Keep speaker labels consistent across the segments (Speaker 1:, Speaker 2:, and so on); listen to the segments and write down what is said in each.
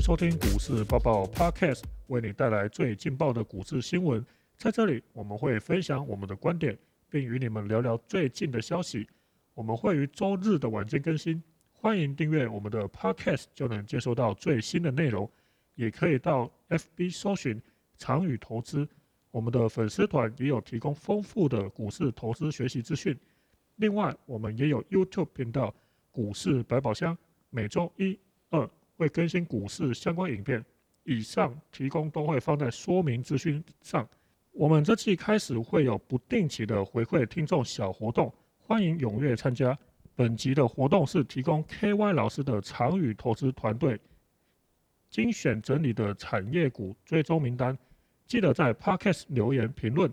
Speaker 1: 收听股市爆爆 Podcast，为你带来最劲爆的股市新闻。在这里，我们会分享我们的观点，并与你们聊聊最近的消息。我们会于周日的晚间更新，欢迎订阅我们的 Podcast，就能接收到最新的内容。也可以到 FB 搜寻“长宇投资”，我们的粉丝团也有提供丰富的股市投资学习资讯。另外，我们也有 YouTube 频道“股市百宝箱”，每周一、二会更新股市相关影片。以上提供都会放在说明资讯上。我们这期开始会有不定期的回馈听众小活动，欢迎踊跃参加。本集的活动是提供 KY 老师的长宇投资团队精选整理的产业股追踪名单，记得在 Podcast 留言评论，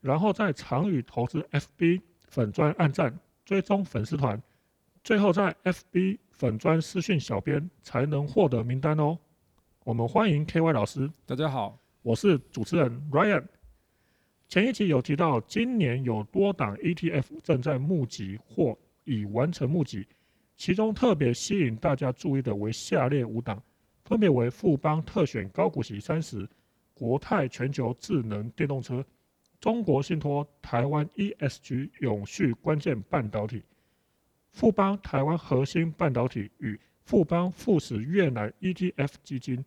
Speaker 1: 然后在长宇投资 FB 粉砖按赞追踪粉丝团，最后在 FB 粉砖私讯小编才能获得名单哦。我们欢迎 KY 老师，
Speaker 2: 大家好，
Speaker 1: 我是主持人 Ryan。前一集有提到，今年有多档 ETF 正在募集或已完成募集，其中特别吸引大家注意的为下列五档，分别为富邦特选高股息三十、国泰全球智能电动车、中国信托台湾 ESG 永续关键半导体、富邦台湾核心半导体与富邦富时越南 ETF 基金。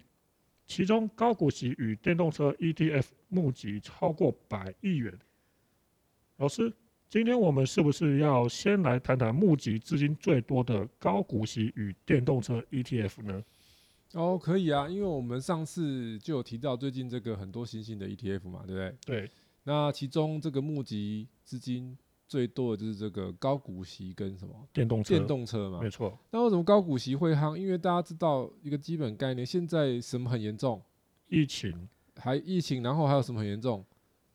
Speaker 1: 其中高股息与电动车 ETF 募集超过百亿元。老师，今天我们是不是要先来谈谈募集资金最多的高股息与电动车 ETF 呢？
Speaker 2: 哦，可以啊，因为我们上次就有提到最近这个很多新兴的 ETF 嘛，对不对？
Speaker 1: 对，
Speaker 2: 那其中这个募集资金最多的就是这个高股息跟什么
Speaker 1: 电动车，
Speaker 2: 电动车嘛。
Speaker 1: 没错，
Speaker 2: 那为什么高股息会夯？因为大家知道一个基本概念，现在什么很严重，
Speaker 1: 疫情
Speaker 2: 还疫情，然后还有什么很严重？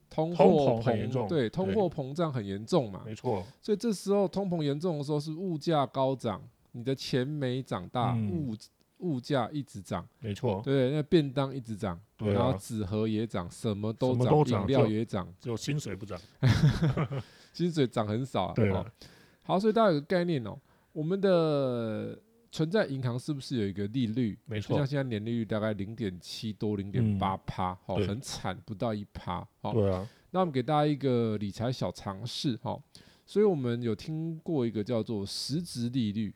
Speaker 2: 通
Speaker 1: 通
Speaker 2: 货
Speaker 1: 膨很严重
Speaker 2: 对，通
Speaker 1: 对
Speaker 2: 货膨胀很严重嘛。
Speaker 1: 没错，
Speaker 2: 所以这时候通膨严重的时候是物价高涨，你的钱没长大，
Speaker 1: 嗯
Speaker 2: 物物价一直涨。
Speaker 1: 没错，
Speaker 2: 对，那便当一直涨，
Speaker 1: 对啊
Speaker 2: 然后纸盒也涨，什么都
Speaker 1: 什么都涨
Speaker 2: 饮料
Speaker 1: 就
Speaker 2: 也涨，
Speaker 1: 只有薪水不涨。
Speaker 2: 薪水涨很少、啊。
Speaker 1: 对
Speaker 2: 哦
Speaker 1: 了，
Speaker 2: 好，所以大家有个概念哦，我们的存在银行是不是有一个利率？
Speaker 1: 没
Speaker 2: 就
Speaker 1: 错嗯
Speaker 2: 像，现在年利率大概零点七多零点八趴，哦，
Speaker 1: 对
Speaker 2: 很惨，不到一趴。哦，
Speaker 1: 对啊，
Speaker 2: 那我们给大家一个理财小常识，哦。所以我们有听过一个叫做实质利率，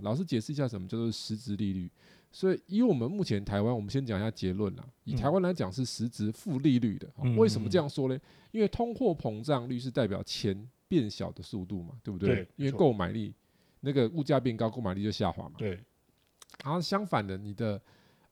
Speaker 1: 嗯，
Speaker 2: 老师解释一下什么叫做实质利率。所以以我们目前台湾，我们先讲一下结论啦。以
Speaker 1: 嗯
Speaker 2: 台湾来讲是实质负利率的、哦
Speaker 1: 嗯
Speaker 2: 为什么这样说呢？因为通货膨胀率是代表钱变小的速度嘛，对不对？
Speaker 1: 对没
Speaker 2: 因为
Speaker 1: 错
Speaker 2: 购买力那个物价变高，购买力就下滑嘛。
Speaker 1: 对，
Speaker 2: 然后相反的，你的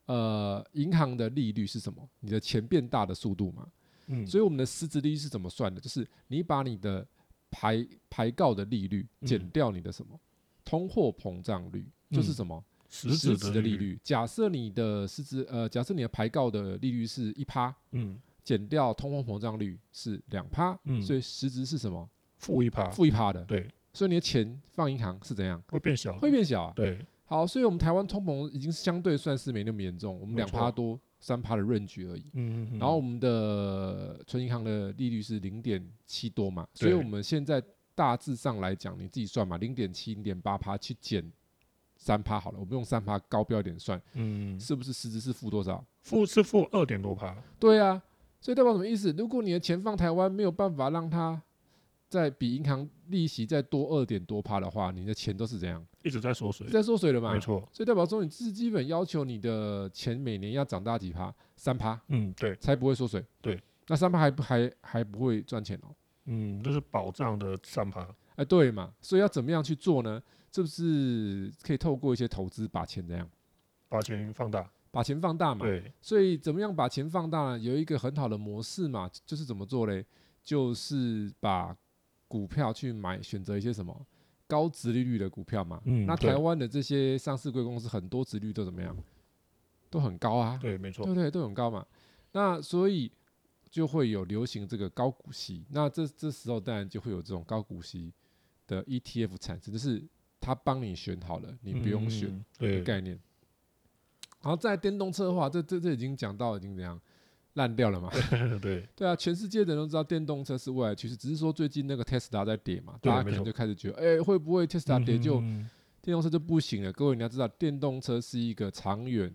Speaker 2: 呃银行的利率是什么？你的钱变大的速度嘛。
Speaker 1: 嗯，
Speaker 2: 所以我们的实质利率是怎么算的？就是你把你的排排告的利率减
Speaker 1: 嗯
Speaker 2: 掉你的什么、通货膨胀率，就是
Speaker 1: 嗯
Speaker 2: 什么、
Speaker 1: 实质
Speaker 2: 实质的利
Speaker 1: 率，
Speaker 2: 率。假设你的实质呃，假设你的排告的利率是一趴，
Speaker 1: 嗯，
Speaker 2: 减掉通货膨胀率是两趴，
Speaker 1: 嗯啊
Speaker 2: 所以实质是什么
Speaker 1: 负一趴，
Speaker 2: 负一趴的。
Speaker 1: 对，
Speaker 2: 所以你的钱放银行是怎样
Speaker 1: 会变小，
Speaker 2: 会变小、啊。
Speaker 1: 对，
Speaker 2: 好，所以我们台湾通膨已经相对算是没那么严重，我们
Speaker 1: 没
Speaker 2: 两
Speaker 1: 错
Speaker 2: 趴多三趴的 range 而已。
Speaker 1: 嗯嗯嗯
Speaker 2: 然后我们的存银行的利率是零点七多嘛，所以
Speaker 1: 对
Speaker 2: 我们现在大致上来讲，你自己算嘛，零点七、零点八趴去减三趴好了，我们用三趴高标点算，
Speaker 1: 嗯，
Speaker 2: 是不是实质是负多少？
Speaker 1: 负是负二点多趴，
Speaker 2: 对啊，所以代表什么意思？如果你的钱放台湾没有办法让它再比银行利息再多二点多趴的话，你的钱都是怎样
Speaker 1: 一直在缩水，
Speaker 2: 在缩水了嘛？
Speaker 1: 没。错，
Speaker 2: 所以代表说你最基本要求你的钱每年要长大几趴？三趴
Speaker 1: 嗯，对，
Speaker 2: 才不会缩水。
Speaker 1: 对，
Speaker 2: 那三趴还不还还不会赚钱哦。
Speaker 1: 嗯，这是保障的三趴，
Speaker 2: 哎，对嘛，所以要怎么样去做呢？是不是可以透过一些投资把钱怎样？
Speaker 1: 把钱放大，
Speaker 2: 把钱放大嘛。
Speaker 1: 对，
Speaker 2: 所以怎么样把钱放大呢？有一个很好的模式嘛，就是怎么做嘞？就是把股票去买，选择一些什么高值利率的股票嘛。
Speaker 1: 嗯
Speaker 2: 那
Speaker 1: 对
Speaker 2: 台湾的这些上市贵公司很多值率都怎么样？都很高啊。
Speaker 1: 对，没错
Speaker 2: 对，对，都很高嘛。那所以就会有流行这个高股息，那这这时候当然就会有这种高股息的 ETF 产生，就是它帮你选好了，你不用选
Speaker 1: 嗯，
Speaker 2: 的
Speaker 1: 对，
Speaker 2: 概念。然后在电动车的话，这这这已经讲到已经怎样烂掉了嘛？
Speaker 1: 对，
Speaker 2: 对啊，全世界的人都知道电动车是未来趋势，只是说最近那个 Tesla 在跌嘛，
Speaker 1: 对
Speaker 2: 大家可
Speaker 1: 没
Speaker 2: 能
Speaker 1: 错
Speaker 2: 就开始觉得，哎，会不会 Tesla 跌就
Speaker 1: 嗯
Speaker 2: 电动车就不行了？各位你要知道，电动车是一个长远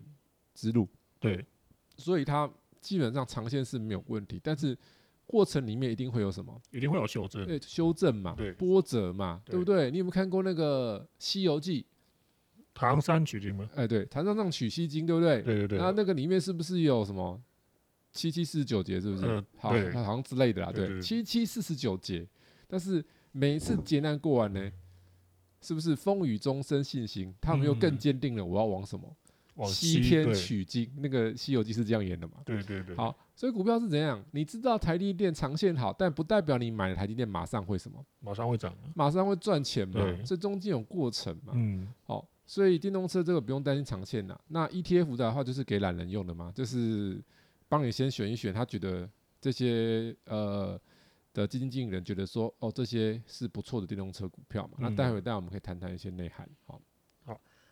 Speaker 2: 之路，
Speaker 1: 对，
Speaker 2: 所以它基本上长线是没有问题，但是过程里面一定会有什么？
Speaker 1: 一定会有修正。
Speaker 2: 对，修正嘛，
Speaker 1: 嗯对
Speaker 2: 波折嘛，
Speaker 1: 对
Speaker 2: 对不对？你有没有看过那个《西游记》？
Speaker 1: 唐山取经吗？
Speaker 2: 哎，对，唐三藏取西经，对不对？
Speaker 1: 对对对，啊
Speaker 2: 那那个里面是不是有什么七七四十九节？是不是？
Speaker 1: 嗯
Speaker 2: 好，
Speaker 1: 对
Speaker 2: 好像之类的啦。
Speaker 1: 对
Speaker 2: 对，
Speaker 1: 对对
Speaker 2: 七七四十九节。但是每一次劫难过完呢，是不是风雨中生信心？他们又更
Speaker 1: 嗯
Speaker 2: 坚定了我要往什么、
Speaker 1: 往
Speaker 2: 西天。取经。那个《西游记》是这样演的嘛？
Speaker 1: 对对对对，
Speaker 2: 好，所以股票是怎样？你知道台积电长线好，但不代表你买了台积电马上会什么，
Speaker 1: 马上会涨了。
Speaker 2: 马上会赚钱嘛
Speaker 1: 对。
Speaker 2: 这中间有过程嘛。
Speaker 1: 嗯，
Speaker 2: 哦，所以电动车这个不用担心长线啦。那 ETF 的话就是给懒人用的嘛，就是帮你先选一选，他觉得这些呃的基金经理人觉得说，哦，这些是不错的电动车股票嘛。那
Speaker 1: 嗯
Speaker 2: 待会儿待会我们可以谈谈一些内涵。好，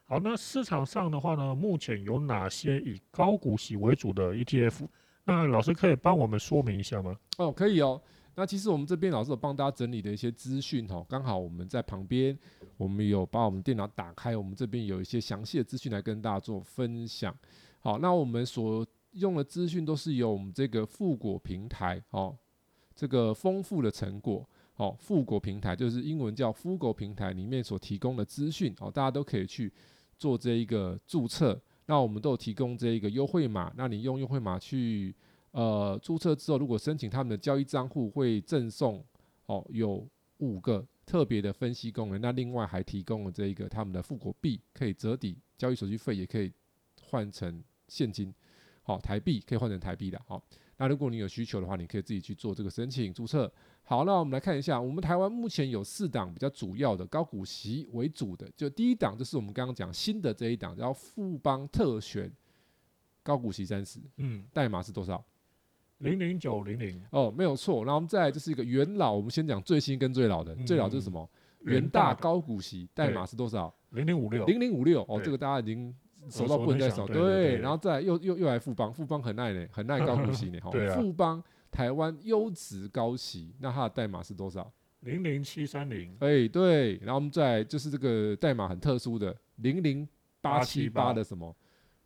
Speaker 1: 好，那市场上的话呢，目前有哪些以高股息为主的 ETF？那老师可以帮我们说明一下吗？
Speaker 2: 哦，可以哦。那其实我们这边老师有帮大家整理的一些资讯哦，刚好我们在旁边，我们有把我们电脑打开，我们这边有一些详细的资讯来跟大家做分享。好，那我们所用的资讯都是由我们这个富果平台哦，这个丰富的成果哦，富果平台就是英文叫 f u g o 平台里面所提供的资讯哦，大家都可以去做这一个注册。那我们都有提供这一个优惠码，那你用优惠码去呃注册之后，如果申请他们的交易账户，会赠送哦有五个特别的分析功能。那另外还提供了这一个他们的富国币可以折抵交易手续费，也可以换成现金，好、台币可以换成台币的。好、那如果你有需求的话，你可以自己去做这个申请注册。好，那我们来看一下，我们台湾目前有四档比较主要的高股息为主的，就第一档就是我们刚刚讲新的这一档，叫富邦特选高股息三十，
Speaker 1: 嗯，
Speaker 2: 代码是多少？
Speaker 1: 零零九零零
Speaker 2: 哦，没有错。然后我们再来就是一个元老，我们先讲最新跟最老的，
Speaker 1: 嗯
Speaker 2: 最老就是什么？元大高股息，代码是多少？
Speaker 1: 零零五六，
Speaker 2: 零零五六。哦，
Speaker 1: 对
Speaker 2: 这个大家已经熟
Speaker 1: 耳
Speaker 2: 到
Speaker 1: 熟
Speaker 2: 不能
Speaker 1: 能
Speaker 2: 再
Speaker 1: 详
Speaker 2: 熟。
Speaker 1: 对对对
Speaker 2: 然后再来又又又来富邦，富邦很爱呢，很爱高股息 呢。哈
Speaker 1: 对啊
Speaker 2: 富邦台湾优质高息，那它的代码是多少？
Speaker 1: 零零七三零，
Speaker 2: 哎，对。然后我们再来就是这个代码很特殊的零零八七八
Speaker 1: 878
Speaker 2: 的什么？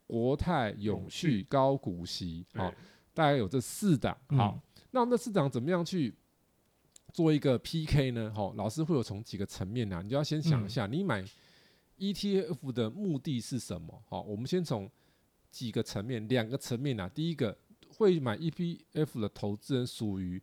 Speaker 2: 国泰永
Speaker 1: 永续
Speaker 2: 续高股息。
Speaker 1: 对
Speaker 2: 好，大概有这四档。好，
Speaker 1: 嗯
Speaker 2: 那我们的市场怎么样去做一个 PK 呢？哈、老师会有从几个层面啊，你就要先想一下，你买 ETF 的目的是什么？好、我们先从几个层面，两个层面啊。第一个，会买 ETF 的投资人属于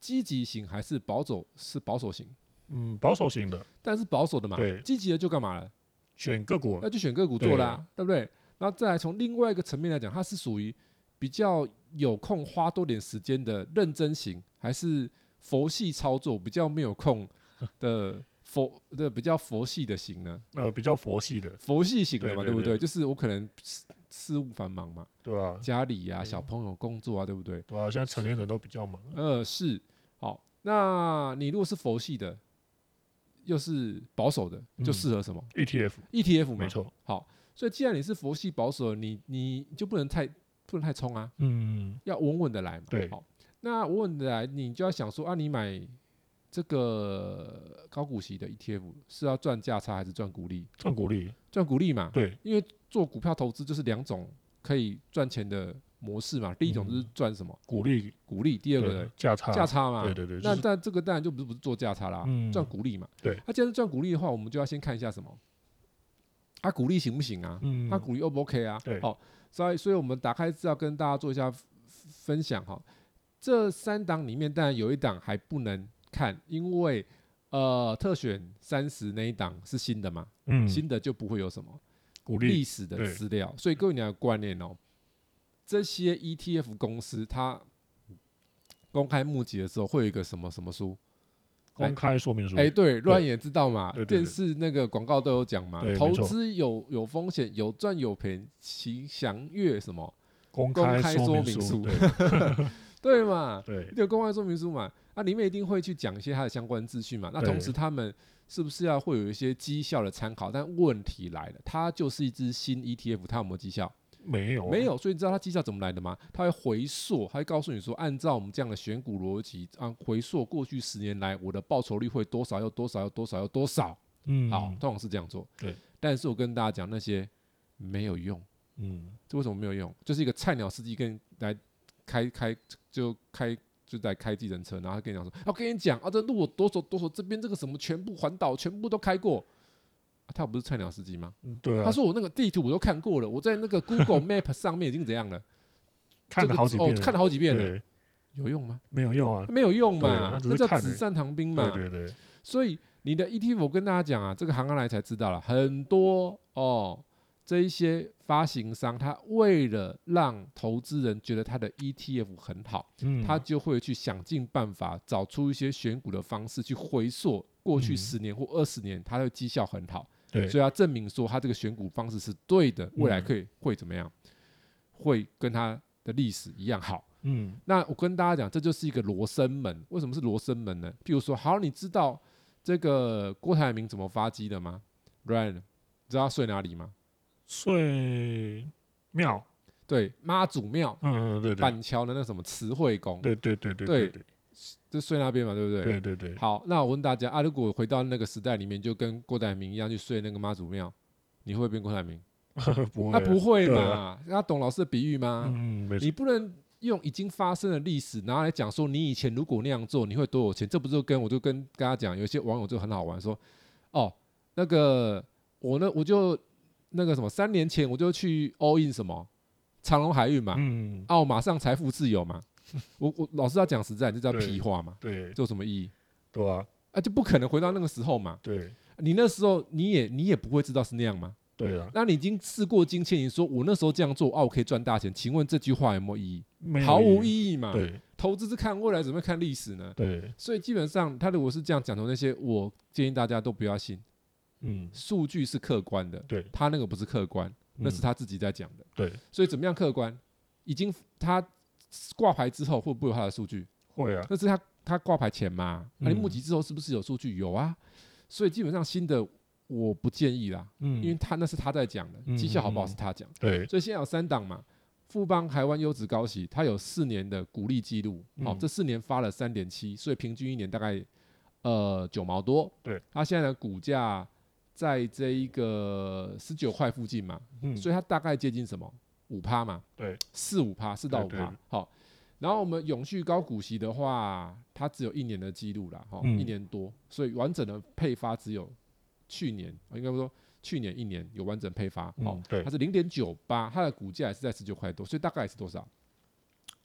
Speaker 2: 积极型还是保守？是保守型，
Speaker 1: 嗯，保守型的，
Speaker 2: 但是保守的嘛，
Speaker 1: 对嗯
Speaker 2: 积极的就干嘛了？
Speaker 1: 选个股
Speaker 2: 那，就选个股做啦、对不
Speaker 1: 啊
Speaker 2: 对？然后再来从另外一个层面来讲，它是属于比较有空花多点时间的认真型，还是佛系操作比较没有空的佛 的比较佛系的型呢？
Speaker 1: 呃，比较佛系的，
Speaker 2: 佛系型的嘛，
Speaker 1: 对对
Speaker 2: 不
Speaker 1: 对
Speaker 2: 对？就是我可能事事务繁忙嘛，
Speaker 1: 对吧？
Speaker 2: 家里呀、
Speaker 1: 对
Speaker 2: 小朋友、工作啊，对不对？
Speaker 1: 对吧？现在成年人都比较忙，
Speaker 2: 呃，是好。那你如果是佛系的，又是保守的，就
Speaker 1: 嗯
Speaker 2: 适合什么、
Speaker 1: ETF
Speaker 2: ETF 嘛
Speaker 1: 没？错，
Speaker 2: 好，所以既然你是佛系保守的，你你就不能太不能太冲啊，
Speaker 1: 嗯，
Speaker 2: 要稳稳的来嘛。
Speaker 1: 对
Speaker 2: 好，那稳稳的来，你就要想说啊，你买这个高股息的 ETF 是要赚价差还是赚股利？
Speaker 1: 赚股利，
Speaker 2: 赚股利嘛，
Speaker 1: 对，
Speaker 2: 因为做股票投资就是两种可以赚钱的模式嘛。第一种就是赚什么、
Speaker 1: 股利，
Speaker 2: 股利，第二个
Speaker 1: 嗯对价差，
Speaker 2: 价差嘛。
Speaker 1: 对对对，
Speaker 2: 那
Speaker 1: 就是
Speaker 2: 但这个当然就不是不是做价差啦，
Speaker 1: 嗯
Speaker 2: 赚股利嘛。
Speaker 1: 对
Speaker 2: 那既然是赚股利的话，我们就要先看一下什么，啊，股利行不行啊？
Speaker 1: 嗯
Speaker 2: 它股利 O 不 OK 啊？
Speaker 1: 对
Speaker 2: 好、所以所以我们打开资料跟大家做一下分分享哈、这三档里面，当然有一档还不能看，因为呃，特选三十那一档是新的嘛，
Speaker 1: 嗯
Speaker 2: 新的就不会有什么
Speaker 1: 股
Speaker 2: 历
Speaker 1: 利，
Speaker 2: 史的
Speaker 1: 对
Speaker 2: 资料，所以各位你要有观念哦，这些 ETF 公司它公开募集的时候会有一个什么什么书？
Speaker 1: 公开说明书，
Speaker 2: 哎、对，乱眼知道嘛，
Speaker 1: 嗯对对对
Speaker 2: 电视那个广告都有讲嘛
Speaker 1: 对，没
Speaker 2: 投
Speaker 1: 错
Speaker 2: 资有有风险，有赚有赔，请详阅什么？
Speaker 1: 公
Speaker 2: 公
Speaker 1: 开
Speaker 2: 开
Speaker 1: 说
Speaker 2: 说
Speaker 1: 明
Speaker 2: 明
Speaker 1: 书，
Speaker 2: 书
Speaker 1: 对
Speaker 2: 对嘛？
Speaker 1: 对，
Speaker 2: 有公开说明书嘛？那、里面一定会去讲一些它的相关资讯嘛。那同
Speaker 1: 对
Speaker 2: 时，他们是不是要会有一些绩效的参考？但问题来了，它就是一只新 ETF，它有没有绩效？
Speaker 1: 没有啊
Speaker 2: 没有，所以你知道它绩效怎么来的吗？它会回溯，它会告诉你说，按照我们这样的选股逻辑，啊，回溯过去十年来我的报酬率会多少，又多少，又多少，又多少。
Speaker 1: 嗯，
Speaker 2: 好，通常是这样做。
Speaker 1: 对，
Speaker 2: 但是我跟大家讲，那些没有用，嗯，这为什么没有用？就是一个菜鸟司机跟你来开开就开就在开计程车，然后他跟你讲说：“啊，我跟你讲啊，这路我多走多走，这边这个什么全部环岛全部都开过。啊”他不是菜鸟司机吗？
Speaker 1: 嗯对啊
Speaker 2: 他，说我那个地图我都看过了，我在那个 Google Map 上面已经怎样了？
Speaker 1: 看
Speaker 2: 这
Speaker 1: 了
Speaker 2: 个
Speaker 1: 好几遍
Speaker 2: 哦，
Speaker 1: 了，
Speaker 2: 看了好几遍了，
Speaker 1: 对，
Speaker 2: 有用吗？
Speaker 1: 没有用啊，
Speaker 2: 没有用
Speaker 1: 对
Speaker 2: 嘛
Speaker 1: 他，只
Speaker 2: 那
Speaker 1: 是
Speaker 2: 叫
Speaker 1: 看
Speaker 2: 纸
Speaker 1: 而已
Speaker 2: 上谈兵嘛。
Speaker 1: 对对对，
Speaker 2: 所以你的 ETF，我跟大家讲啊，这个行行来才知道了，很多哦，这一些发行商他为了让投资人觉得他的 ETF 很好，
Speaker 1: 嗯，
Speaker 2: 他就会去想尽办法找出一些选股的方式去回溯过去
Speaker 1: 嗯
Speaker 2: 十年或二十年他的绩效很好，
Speaker 1: 对
Speaker 2: 所以他证明说他这个选股方式是对的，未来
Speaker 1: 嗯
Speaker 2: 可以会怎么样？会跟他的历史一样好。
Speaker 1: 嗯
Speaker 2: 那我跟大家讲，这就是一个罗生门。为什么是罗生门呢？譬如说，好，你知道这个郭台铭怎么发迹的吗？Ryan，你知道他睡哪里吗？
Speaker 1: 睡庙，
Speaker 2: 对，妈祖庙
Speaker 1: 嗯嗯对对
Speaker 2: 板桥的那什么慈惠宫，
Speaker 1: 对对对对
Speaker 2: 对
Speaker 1: 对
Speaker 2: 就睡那边嘛，对不
Speaker 1: 对
Speaker 2: 对？
Speaker 1: 对对，
Speaker 2: 好，那我问大家啊，如果回到那个时代里面，就跟郭台铭一样去睡那个妈祖庙，你会不会变郭台铭？
Speaker 1: 不
Speaker 2: 啊，
Speaker 1: 会
Speaker 2: 不
Speaker 1: 啊，
Speaker 2: 会
Speaker 1: 对
Speaker 2: 嘛？那、懂老师的比喻吗？
Speaker 1: 嗯嗯没错
Speaker 2: 你，不能用已经发生的历史拿来讲说你以前如果那样做你会多有钱，这不就跟我就跟大家讲，有一些网友就很好玩说，哦，那个我呢我就那个什么三年前我就去 all in 什么长隆海运嘛，
Speaker 1: 嗯
Speaker 2: 澳、马上财富自 由嘛，我我老师要讲实在，这叫
Speaker 1: 对
Speaker 2: 屁话嘛，
Speaker 1: 对
Speaker 2: 这有什么意义？
Speaker 1: 对啊
Speaker 2: 啊，就不可能回到那个时候嘛！
Speaker 1: 对
Speaker 2: 你那时候你也你也不会知道是那样嘛。
Speaker 1: 对啊，
Speaker 2: 那你已经事过境迁，你说我那时候这样做，啊，我可以赚大钱，请问这句话有没有意义？
Speaker 1: 没有
Speaker 2: 毫无
Speaker 1: 义，
Speaker 2: 意义嘛。
Speaker 1: 对
Speaker 2: 投资是看未来，怎么会看历史呢？
Speaker 1: 对
Speaker 2: 所以基本上，他如果是这样讲的那些，我建议大家都不要信。
Speaker 1: 嗯
Speaker 2: 数据是客观的，
Speaker 1: 对，
Speaker 2: 他那个不是客观，那是
Speaker 1: 嗯
Speaker 2: 他自己在讲的。
Speaker 1: 对
Speaker 2: 所以怎么样客观？已经他挂牌之后会不会有他的数据？
Speaker 1: 会啊，
Speaker 2: 那是他他挂牌前嘛？那、你
Speaker 1: 嗯
Speaker 2: 募集之后是不是有数据？有啊。所以基本上新的我不建议啦，
Speaker 1: 嗯
Speaker 2: 因为他那是他在讲的，
Speaker 1: 嗯
Speaker 2: 绩效好不好
Speaker 1: 嗯
Speaker 2: 是他讲。
Speaker 1: 对
Speaker 2: 所以现在有三档嘛，富邦、台湾优质高息，它有四年的股利记录，好、
Speaker 1: 嗯
Speaker 2: 这四年发了三点七，所以平均一年大概呃九毛多。
Speaker 1: 对，
Speaker 2: 它现在的股价在这一个十九块附近嘛，
Speaker 1: 嗯
Speaker 2: 所以它大概接近什么五趴嘛，
Speaker 1: 对，
Speaker 2: 四五趴，四到五
Speaker 1: 对对
Speaker 2: 趴，好。然后我们永续高股息的话，它只有一年的记录啦，哈、
Speaker 1: 嗯
Speaker 2: 一年多，所以完整的配发只有去年，哦应该说去年一年有完整配发，好、
Speaker 1: 嗯对
Speaker 2: 它是零点九八，它的股价也是在十九块多，所以大概也是多少？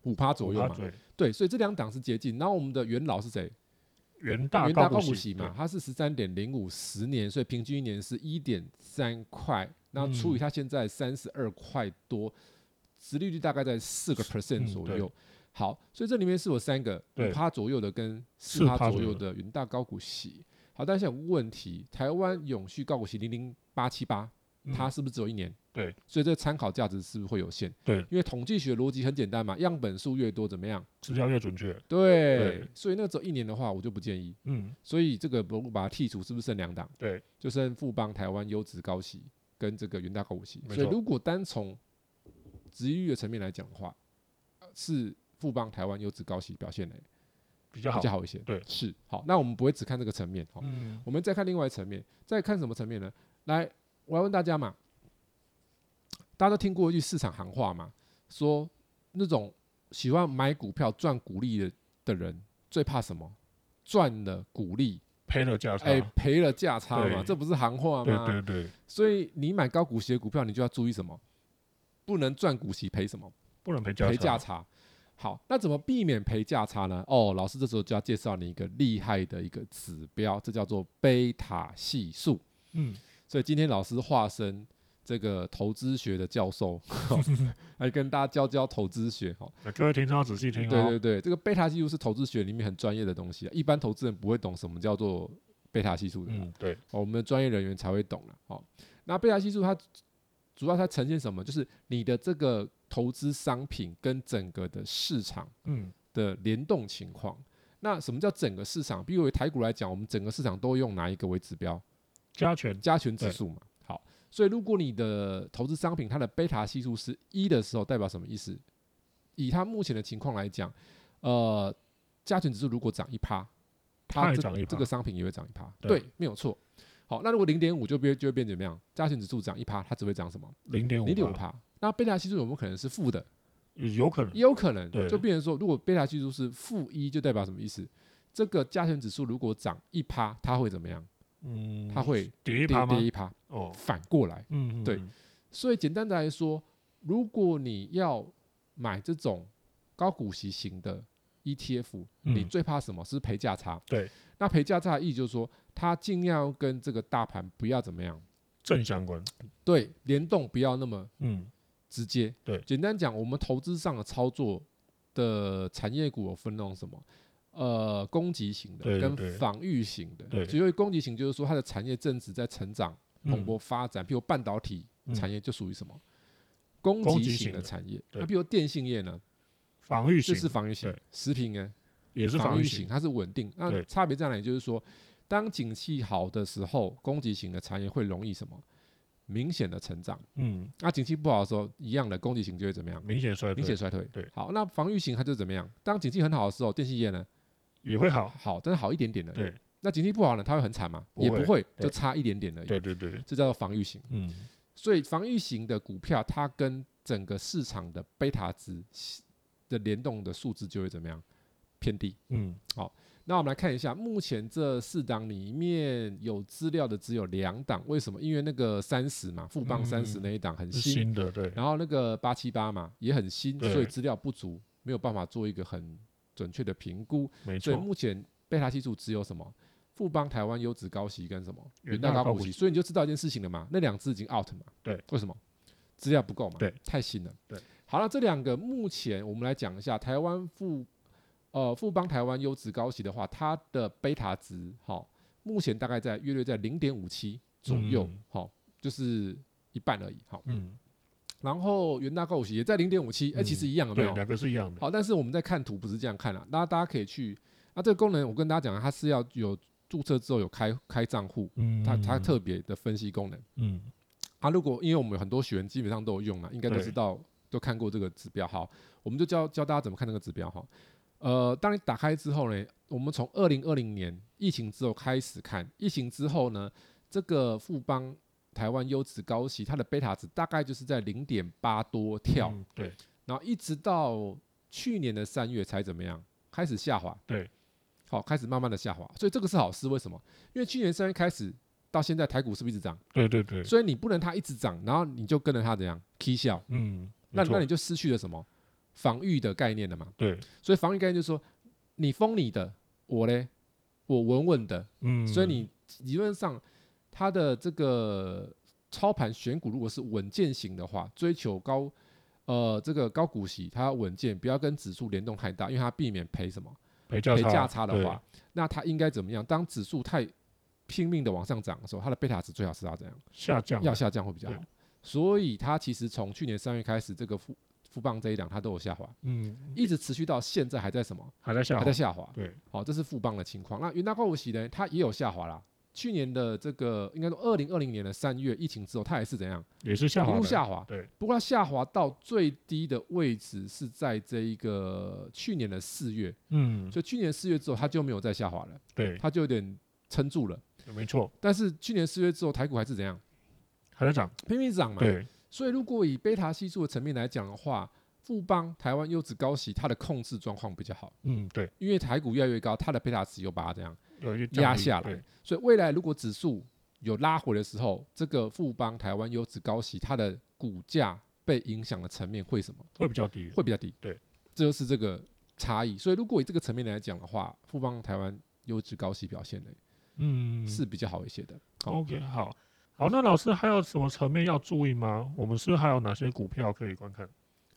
Speaker 2: 五趴左右
Speaker 1: 啊
Speaker 2: 嘛。
Speaker 1: 对
Speaker 2: 对，所以这两档是接近。然后我们的元老是谁？
Speaker 1: 元大
Speaker 2: 元大高
Speaker 1: 股
Speaker 2: 股息嘛，，它是十三点零五十年，所以平均一年是一点三块，那除以它现在三十二块多，殖利率大概在四个 percent
Speaker 1: 嗯
Speaker 2: 左
Speaker 1: 对
Speaker 2: 右。好，所以这里面是有三个五
Speaker 1: 对
Speaker 2: 趴左右的跟四趴
Speaker 1: 4%
Speaker 2: 左右的元大高股息。好，但是有个问题，台湾永续高股息零零八七八，
Speaker 1: 嗯
Speaker 2: 它是不是只有一年？
Speaker 1: 对，
Speaker 2: 所以这个参考价值是不是会有限？
Speaker 1: 对
Speaker 2: 因为统计学逻辑很简单嘛，样本数越多怎么样？
Speaker 1: 资料越准确，
Speaker 2: 对，
Speaker 1: 对
Speaker 2: 所以那个只有一年的话，我就不建议。
Speaker 1: 嗯
Speaker 2: 所以这个如果把它剔除，是不是剩两档？
Speaker 1: 对，
Speaker 2: 就剩富邦台湾优质高息跟这个元大高股息。
Speaker 1: 没
Speaker 2: 所
Speaker 1: 错
Speaker 2: 以如果单从值率的层面来讲的话，呃是富邦台湾优质高息表现的
Speaker 1: 比较好
Speaker 2: 比较，好一些。
Speaker 1: 对
Speaker 2: 是好。那我们不会只看这个层面，哦好、
Speaker 1: 嗯
Speaker 2: 我们再看另外一层面，再看什么层面呢？来，我来问大家嘛，大家都听过一句市场行话嘛，说那种喜欢买股票赚股利的的人最怕什么？赚了股利，
Speaker 1: 赔了价差，
Speaker 2: 哎，赔了价差嘛，
Speaker 1: 对
Speaker 2: 这不是行话
Speaker 1: 对
Speaker 2: 吗？
Speaker 1: 对对，
Speaker 2: 所以你买高股息的股票，你就要注意什么？不能赚股息赔什么？
Speaker 1: 不能赔价
Speaker 2: 赔价
Speaker 1: 差，
Speaker 2: 差。好，那怎么避免赔价差呢？哦，老师这时候就要介绍你一个厉害的一个指标，这叫做贝塔系数。
Speaker 1: 嗯
Speaker 2: 所以今天老师化身这个投资学的教授， 来跟大家教教投资学哈。
Speaker 1: 那各位听众要仔细听
Speaker 2: 对
Speaker 1: 哦，
Speaker 2: 对对，这个贝塔系数是投资学里面很专业的东西啊，一般投资人不会懂什么叫做贝塔系数的啊、
Speaker 1: 嗯对，
Speaker 2: 哦，我们的专业人员才会懂了。哦，那贝塔系数它主要它呈现什么？就是你的这个投资商品跟整个的市场
Speaker 1: 嗯
Speaker 2: 的联动情况。那什么叫整个市场？比如以台股来讲，我们整个市场都用哪一个为指标？
Speaker 1: 加权，
Speaker 2: 加权指数嘛。好，所以如果你的投资商品它的贝塔系数是一的时候，代表什么意思？以它目前的情况来讲，呃，加权指数如果涨一趴，
Speaker 1: 它也
Speaker 2: 这
Speaker 1: 涨1%
Speaker 2: 这个商品也会涨一趴，
Speaker 1: 对
Speaker 2: 对，没有错。好，那如果零点五就变就会变怎么样？加权指数涨一趴，它只会涨什么？
Speaker 1: 零点五
Speaker 2: 零点五趴。那贝塔系数有没有可能是负的？
Speaker 1: 有可能
Speaker 2: 也有可能
Speaker 1: 对，
Speaker 2: 就变成说，如果贝塔系数是负一，就代表什么意思？这个加权指数如果涨一趴，它会怎么样？
Speaker 1: 嗯，
Speaker 2: 它会
Speaker 1: 跌一
Speaker 2: 跌
Speaker 1: 趴吗
Speaker 2: 跌？一趴，
Speaker 1: 哦，
Speaker 2: 反过来。
Speaker 1: 嗯，嗯
Speaker 2: 对
Speaker 1: 嗯
Speaker 2: 所以简单的来说，如果你要买这种高股息型的 ETF，、
Speaker 1: 嗯
Speaker 2: 你最怕什么？是赔价差。
Speaker 1: 对，
Speaker 2: 那赔价差的意义就是说，它尽量要跟这个大盘不要怎么样，
Speaker 1: 正相关。
Speaker 2: 对，联动不要那么
Speaker 1: 嗯，
Speaker 2: 直接。
Speaker 1: 对
Speaker 2: 简单讲，我们投资上的操作的产业股有分那种什么？呃，攻击型的
Speaker 1: 对对
Speaker 2: 跟
Speaker 1: 对
Speaker 2: 防御型的，
Speaker 1: 对
Speaker 2: 所以攻击型就是说它的产业正值在成长、蓬
Speaker 1: 嗯
Speaker 2: 勃发展，譬如半导体
Speaker 1: 嗯
Speaker 2: 产业就属于什么攻
Speaker 1: 攻
Speaker 2: 击
Speaker 1: 击
Speaker 2: 型
Speaker 1: 型
Speaker 2: 的
Speaker 1: 的
Speaker 2: 产业，
Speaker 1: 对
Speaker 2: 那譬如电信业呢，
Speaker 1: 防御
Speaker 2: 这
Speaker 1: 型
Speaker 2: 是防御型
Speaker 1: 对，
Speaker 2: 食品呢
Speaker 1: 也是
Speaker 2: 防
Speaker 1: 御
Speaker 2: 型，，它是稳定。那
Speaker 1: 对
Speaker 2: 差别在哪里？就是说，当景气好的时候，攻击型的产业会容易什么明显的成长，
Speaker 1: 嗯，
Speaker 2: 那景气不好的时候，一样的攻击型就会怎么样？
Speaker 1: 明显衰退，
Speaker 2: 嗯明显衰退。
Speaker 1: 对
Speaker 2: 好，那防御型它就怎么样？当景气很好的时候，电信业呢
Speaker 1: 也会好。
Speaker 2: 好，但是好一点点的。
Speaker 1: 对，
Speaker 2: 那景气不好呢，它会很惨嘛？
Speaker 1: 不会
Speaker 2: 也不会，
Speaker 1: 对
Speaker 2: 就差一点点而已。
Speaker 1: 对对对，
Speaker 2: 这叫做防御型。
Speaker 1: 嗯，
Speaker 2: 所以防御型的股票，它跟整个市场的贝塔值的联动的数值就会怎么样偏低。
Speaker 1: 嗯，
Speaker 2: 那我们来看一下，目前这四档里面有资料的只有两档，为什么？因为那个三十嘛，富邦
Speaker 1: 嗯
Speaker 2: 三十那一档很
Speaker 1: 是
Speaker 2: 新，
Speaker 1: 新的，对，
Speaker 2: 然后那个八七八嘛也很新，
Speaker 1: 对
Speaker 2: 所以资料不足，没有办法做一个很准确的评估。
Speaker 1: 没
Speaker 2: 所以
Speaker 1: 错，
Speaker 2: 目前贝塔系数只有什么？富邦台湾优质高息跟什么
Speaker 1: 远
Speaker 2: 远
Speaker 1: 大
Speaker 2: 大
Speaker 1: 高
Speaker 2: 高
Speaker 1: 股
Speaker 2: 股
Speaker 1: 息
Speaker 2: 息，所以你就知道一件事情了嘛，那两只已经 out 嘛。
Speaker 1: 对，
Speaker 2: 为什么？资料不够嘛。
Speaker 1: 对，
Speaker 2: 太新了。
Speaker 1: 对，
Speaker 2: 好了，这两个目前我们来讲一下台湾富呃富邦台湾优质高息的话，它的贝塔值好、目前大概在约略在零点五七左右
Speaker 1: 嗯，
Speaker 2: 好、就是一半而已，好、
Speaker 1: 嗯，
Speaker 2: 然后远大高股息也在零点五七，哎，
Speaker 1: 嗯
Speaker 2: 其实一样有没
Speaker 1: 对，
Speaker 2: 有？哦
Speaker 1: 两个是一样的，
Speaker 2: 好，但是我们在看图不是这样看啦，那大家可以去，那这个功能我跟大家讲，啊它是要有注册之后有开开账户，
Speaker 1: 嗯，
Speaker 2: 它它特别的分析功能。
Speaker 1: 嗯，
Speaker 2: 啊，如果因为我们有很多学员基本上都有用啦，啊应该都
Speaker 1: 对
Speaker 2: 知道都看过这个指标。好，我们就教教大家怎么看这个指标哈。呃，当你打开之后呢，我们从二零二零年疫情之后开始看，疫情之后呢，这个富邦台湾优质高息它的贝塔值大概就是在零点八多跳，
Speaker 1: 嗯对，
Speaker 2: 然后一直到去年的三月才怎么样开始下滑，
Speaker 1: 对，
Speaker 2: 好开始慢慢的下滑，所以这个是好事，为什么？因为去年三月开始到现在台股是不是一直涨？
Speaker 1: 对对对，
Speaker 2: 所以你不能它一直涨，然后你就跟着它怎样 K 笑，
Speaker 1: 嗯，
Speaker 2: 那
Speaker 1: 没错
Speaker 2: 那你就失去了什么防御的概念了嘛？
Speaker 1: 对，
Speaker 2: 所以防御概念就是说，你封你的，我嘞，我稳稳的，
Speaker 1: 嗯，
Speaker 2: 所以你理论上它的这个操盘选股如果是稳健型的话，追求高呃这个高股息，它要稳健，不要跟指数联动太大，因为它避免赔什么
Speaker 1: 赔价
Speaker 2: 赔
Speaker 1: 差
Speaker 2: 价差的
Speaker 1: 对
Speaker 2: 话，那它应该怎么样？当指数太拼命的往上涨的时候，它的贝塔值最好是要怎样？
Speaker 1: 下降
Speaker 2: 要下降会比较
Speaker 1: 对
Speaker 2: 好。所以它其实从去年三月开始，这个富富邦这一档它都有下滑，
Speaker 1: 嗯，
Speaker 2: 一直持续到现在还在什么？
Speaker 1: 还在下
Speaker 2: 还
Speaker 1: 滑，
Speaker 2: 在下滑。
Speaker 1: 对，
Speaker 2: 好、这是富邦的情况。那云大高股息呢，它也有下滑啦。去年的这个应该说二零二零年的三月疫情之后，它也是怎样
Speaker 1: 也是
Speaker 2: 一
Speaker 1: 下滑
Speaker 2: 路
Speaker 1: 的，
Speaker 2: 下滑。
Speaker 1: 对，
Speaker 2: 不过它下滑到最低的位置是在这一个去年的四月，
Speaker 1: 嗯，
Speaker 2: 所以去年四月之后它就没有再下滑了，
Speaker 1: 对，
Speaker 2: 它就有点撑住了。
Speaker 1: 没错，
Speaker 2: 但是去年四月之后，台股还是怎样
Speaker 1: 还在涨，
Speaker 2: 拼命涨嘛？
Speaker 1: 对，
Speaker 2: 所以如果以贝塔系数的层面来讲的话，富邦台湾优质高息它的控制状况比较好，
Speaker 1: 嗯，对，
Speaker 2: 因为台股越来越高，它的贝塔值又把它这样，
Speaker 1: 有一降
Speaker 2: 压
Speaker 1: 低
Speaker 2: 下来
Speaker 1: 对
Speaker 2: 所以未来如果指数有拉回的时候，这个富邦台湾优质高息它的股价被影响的层面会什么？
Speaker 1: 会比较低，
Speaker 2: 会比较低。
Speaker 1: 对，
Speaker 2: 这就是这个差异。所以如果以这个层面来讲的话，富邦台湾优质高息表现呢
Speaker 1: 嗯，
Speaker 2: 是比较好一些的。嗯好
Speaker 1: OK，好，好，那老师还有什么层面要注意吗？我们是不是还有哪些股票可以观看？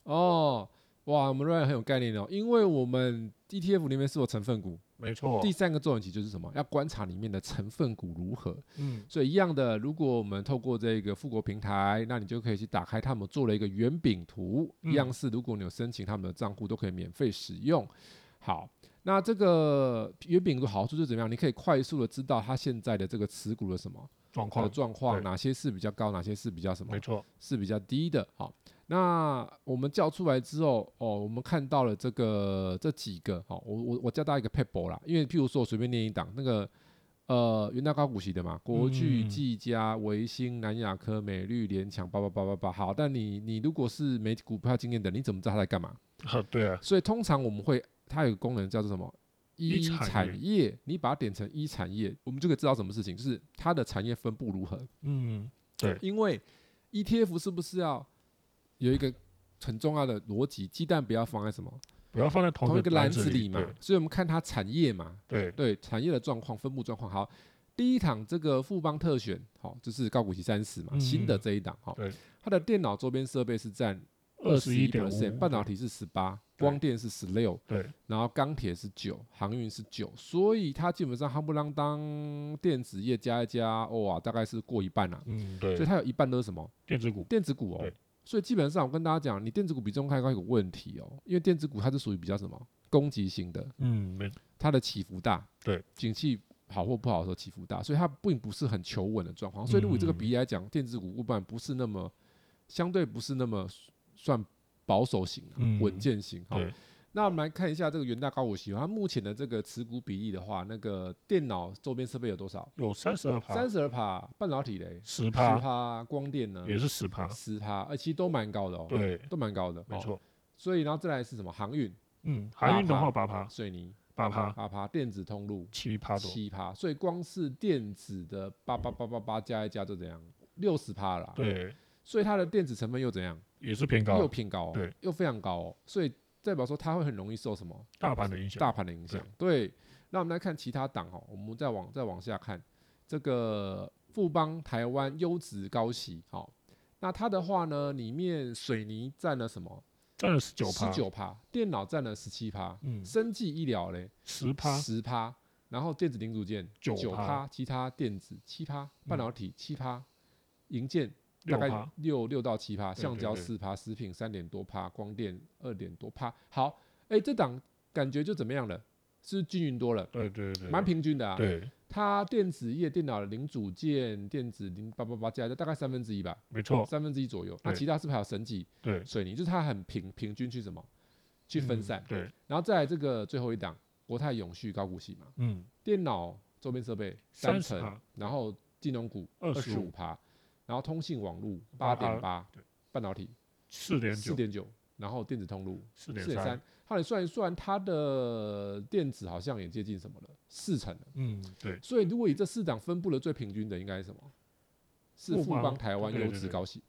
Speaker 2: 哦，哇，我们 Ryan 很有概念哦，因为我们 ETF 里面是有成分股。
Speaker 1: 没错，
Speaker 2: 第三个重点其实就是什么？要观察里面的成分股如何。
Speaker 1: 嗯，
Speaker 2: 所以一样的，如果我们透过这个富国平台，那你就可以去打开他们做了一个圆饼图，
Speaker 1: 嗯
Speaker 2: 一样是如果你有申请他们的账户，都可以免费使用。好，那这个圆饼图好处是怎么样？你可以快速的知道它现在的这个持股的什么
Speaker 1: 状
Speaker 2: 的
Speaker 1: 况，
Speaker 2: 状况，
Speaker 1: 对
Speaker 2: 哪些是比较高，哪些是比较什么
Speaker 1: 没错，
Speaker 2: 是比较低的。好，那我们叫出来之后，哦，我们看到了这个这几个，好，我我我教大家一个 p a p e 啦，因为譬如说我随便念一档，那个呃元大高股息的嘛，国巨、
Speaker 1: 嗯
Speaker 2: 技嘉、维新、南亚科、美绿、联强，八八八八八。好，但你你如果是没股票经验的，你怎么知道它在干嘛？
Speaker 1: 啊，对啊，
Speaker 2: 所以通常我们会，它有个功能叫做什么？
Speaker 1: 一
Speaker 2: 一
Speaker 1: 产业
Speaker 2: 产业，你把它点成一产业，我们就可以知道什么事情，就是它的产业分布如何。
Speaker 1: 嗯，
Speaker 2: 因为 ETF 是不是要有一个很重要的逻辑？鸡蛋不要放在什么
Speaker 1: 不要放在同
Speaker 2: 同一个篮
Speaker 1: 哦子
Speaker 2: 子里嘛，所以我们看它产业嘛，
Speaker 1: 对，对，
Speaker 2: 对产业的状况、分布状况。好，第一档这个富邦特选，好、就是高股息三十嘛，
Speaker 1: 嗯
Speaker 2: 新的这一档，好、
Speaker 1: 对
Speaker 2: 它的电脑周边设备是占
Speaker 1: 二十一点
Speaker 2: percent，
Speaker 1: 五，
Speaker 2: 半导体是十八，
Speaker 1: 对
Speaker 2: 光电是十六，
Speaker 1: 对，
Speaker 2: 然后钢铁是九，航运是九，所以它基本上夯不啷当电子业加一加，哇，大概是过一半啦、啊
Speaker 1: 嗯，
Speaker 2: 所以
Speaker 1: 对，
Speaker 2: 它有一半都是什么
Speaker 1: 电子股，
Speaker 2: 电子股哦
Speaker 1: 对。
Speaker 2: 所以基本上我跟大家讲，你电子股比重太高有个问题哦，因为电子股它是属于比较什么攻击型的，
Speaker 1: 嗯，没，
Speaker 2: 它的起伏大，
Speaker 1: 对，
Speaker 2: 景气好或不好的时候起伏大，所以它并不是很求稳的状况。所以如果以这个
Speaker 1: 嗯
Speaker 2: 比例来讲，电子股物板不是那么相对不是那么算保守型、啊
Speaker 1: 嗯，
Speaker 2: 稳健型。好
Speaker 1: 对，
Speaker 2: 那我们来看一下这个元大高股息，它目前的这个持股比例的话，那个电脑周边设备有多少？
Speaker 1: 有三十二趴
Speaker 2: 三，十二趴，半导体嘞，
Speaker 1: 十
Speaker 2: 十
Speaker 1: 趴
Speaker 2: 趴，光电呢
Speaker 1: 也是十趴，
Speaker 2: 十趴，呃，其实都蛮高的哦，
Speaker 1: 对，
Speaker 2: 都蛮高的，
Speaker 1: 没
Speaker 2: 哦。
Speaker 1: 错，
Speaker 2: 所以然后再来是什么？航运
Speaker 1: 嗯，航运的话八
Speaker 2: 八
Speaker 1: 趴，
Speaker 2: 水泥
Speaker 1: 八趴，
Speaker 2: 八趴，电子通路
Speaker 1: 七趴多，
Speaker 2: 七趴，所以光是电子的八八八八八加一加就怎样？六十趴啦，
Speaker 1: 对，
Speaker 2: 所以它的电子成分又怎样？
Speaker 1: 也是偏
Speaker 2: 又
Speaker 1: 高，
Speaker 2: 偏高、哦，
Speaker 1: 对，
Speaker 2: 又非常高、哦，所以代表说它会很容易受什么
Speaker 1: 大盘的影响，
Speaker 2: 大盘的影响。对，那我们来看其他档哦，我们再往再往下看，这个富邦台湾优质高息，好、那它的话呢，里面水泥占了什么？
Speaker 1: 占了十九
Speaker 2: 十
Speaker 1: 趴，
Speaker 2: 九趴，电脑占了十七趴，
Speaker 1: 嗯，
Speaker 2: 生技医疗嘞
Speaker 1: 十趴，
Speaker 2: 十趴，然后电子零组件
Speaker 1: 9%
Speaker 2: 九趴，其他电子七趴，半导体七趴，银件大
Speaker 1: 嗯六
Speaker 2: 概
Speaker 1: 趴，
Speaker 2: 六六到七趴，
Speaker 1: 对
Speaker 2: 橡胶
Speaker 1: 对
Speaker 2: 四趴，食品三点多趴，光电二点多趴。好，哎，这档感觉就怎么样了？是不是均匀多了，
Speaker 1: 对对对，
Speaker 2: 蛮平均的啊。
Speaker 1: 对，
Speaker 2: 它电子业、电脑的零组件、电子零八八八加一加，大概三分之一吧，
Speaker 1: 没错，
Speaker 2: 三分之一左右。那
Speaker 1: 对
Speaker 2: 其他是不是还有神技、
Speaker 1: 对，
Speaker 2: 水泥？就是它很平平均去什么去分
Speaker 1: 嗯
Speaker 2: 散。
Speaker 1: 对，
Speaker 2: 然后再来这个最后一档国泰永续高股息嘛，
Speaker 1: 嗯，
Speaker 2: 电脑周边设备三
Speaker 1: 三十
Speaker 2: 成，
Speaker 1: 趴，
Speaker 2: 然后金融股
Speaker 1: 二
Speaker 2: 二十
Speaker 1: 十
Speaker 2: 五
Speaker 1: 五，
Speaker 2: 趴，然后通信网络
Speaker 1: 八
Speaker 2: 八点八
Speaker 1: 对，
Speaker 2: 半导体
Speaker 1: 四点
Speaker 2: 四
Speaker 1: 九，
Speaker 2: 点九，然后电子通路
Speaker 1: 四
Speaker 2: 四
Speaker 1: 点
Speaker 2: 点
Speaker 1: 三
Speaker 2: 三，。后来算一算，它的电子好像也接近什么了，四成了。
Speaker 1: 嗯，对，
Speaker 2: 所以如果以这四档分布的最平均的，应该是什么？是
Speaker 1: 富
Speaker 2: 富
Speaker 1: 邦
Speaker 2: 邦台湾
Speaker 1: 对
Speaker 2: 优
Speaker 1: 对
Speaker 2: 质
Speaker 1: 对
Speaker 2: 高息。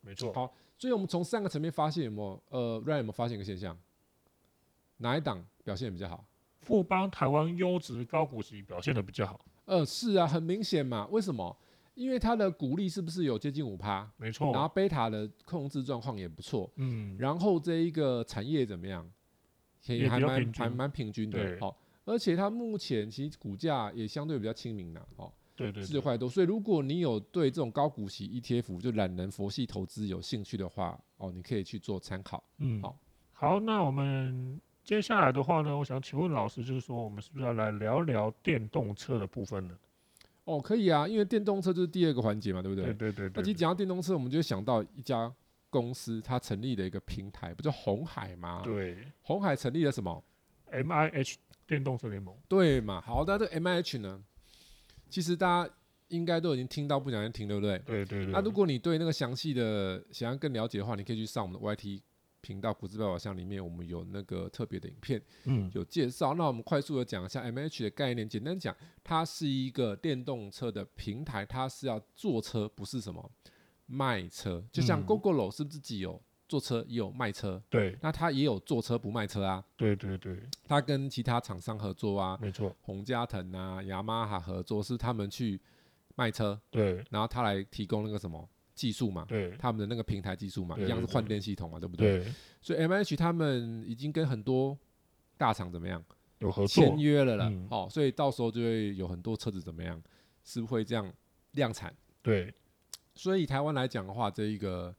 Speaker 1: 没错，
Speaker 2: 好，所以我们从三个层面发现有没有？呃，Ryan 有没有发现一个现象？哪一档表现得比较好？
Speaker 1: 富邦台湾优质高股息表现的比较好，
Speaker 2: 呃，是啊，很明显嘛。为什么？因为它的股利是不是有接近五趴？
Speaker 1: 没
Speaker 2: 然后
Speaker 1: 错，
Speaker 2: 贝塔的控制状况也不错，
Speaker 1: 嗯，
Speaker 2: 然后这一个产业怎么样？也
Speaker 1: 也
Speaker 2: 还
Speaker 1: 比较
Speaker 2: 蛮
Speaker 1: 平均
Speaker 2: 还蛮平均的，
Speaker 1: 对
Speaker 2: 好、而且它目前其实股价也相对比较亲民啦，哦，
Speaker 1: 对对
Speaker 2: 四六
Speaker 1: 对，
Speaker 2: 块多。所以如果你有对这种高股息 ETF 就懒人佛系投资有兴趣的话，哦，你可以去做参考。
Speaker 1: 嗯，
Speaker 2: 好，
Speaker 1: 好，那我们接下来的话呢，我想请问老师，就是说我们是不是要来聊聊电动车的部分呢？
Speaker 2: 哦，可以啊，因为电动车就是第二个环节嘛，对不对？
Speaker 1: 对对对
Speaker 2: 那
Speaker 1: 对
Speaker 2: 其实
Speaker 1: 对，
Speaker 2: 讲到电动车，我们就会想到一家公司，它成立了一个平台，不叫红海吗？
Speaker 1: 对
Speaker 2: 红海成立了什么？
Speaker 1: M I H 电动车联盟，
Speaker 2: 对嘛？好，那这个 M I H 呢？其实大家应该都已经听到不小心听，对不对？
Speaker 1: 对对对，
Speaker 2: 那、如果你对那个详细的想要更了解的话，你可以去上我们的 Y T 频道“股字百宝箱”里面，我们有那个特别的影片
Speaker 1: 嗯，
Speaker 2: 有介绍。那我们快速的讲一下 M I H 的概念，简单讲，它是一个电动车的平台，它是要做车，不是什么卖车。就像
Speaker 1: 嗯
Speaker 2: GoGoLo 是不是自己有做车也有卖车？
Speaker 1: 对
Speaker 2: 那它也有做车不卖车啊，
Speaker 1: 对对对，
Speaker 2: 它跟其他厂商合作啊，
Speaker 1: 没错，
Speaker 2: 洪家腾啊、雅马哈合作，是他们去卖车，
Speaker 1: 对
Speaker 2: 然后他来提供那个什么技术嘛，
Speaker 1: 对
Speaker 2: 他们的那个平台技术嘛，
Speaker 1: 对
Speaker 2: 一样是
Speaker 1: 对
Speaker 2: 换电系统嘛，对不对？
Speaker 1: 对，
Speaker 2: 所以 M H 他们已经跟很多大厂怎么样
Speaker 1: 有合作
Speaker 2: 签，约了啦
Speaker 1: 嗯，
Speaker 2: 哦，所以到时候就会有很多车子怎么样是会这样量产。
Speaker 1: 对
Speaker 2: 所以以台湾来讲的话，这一个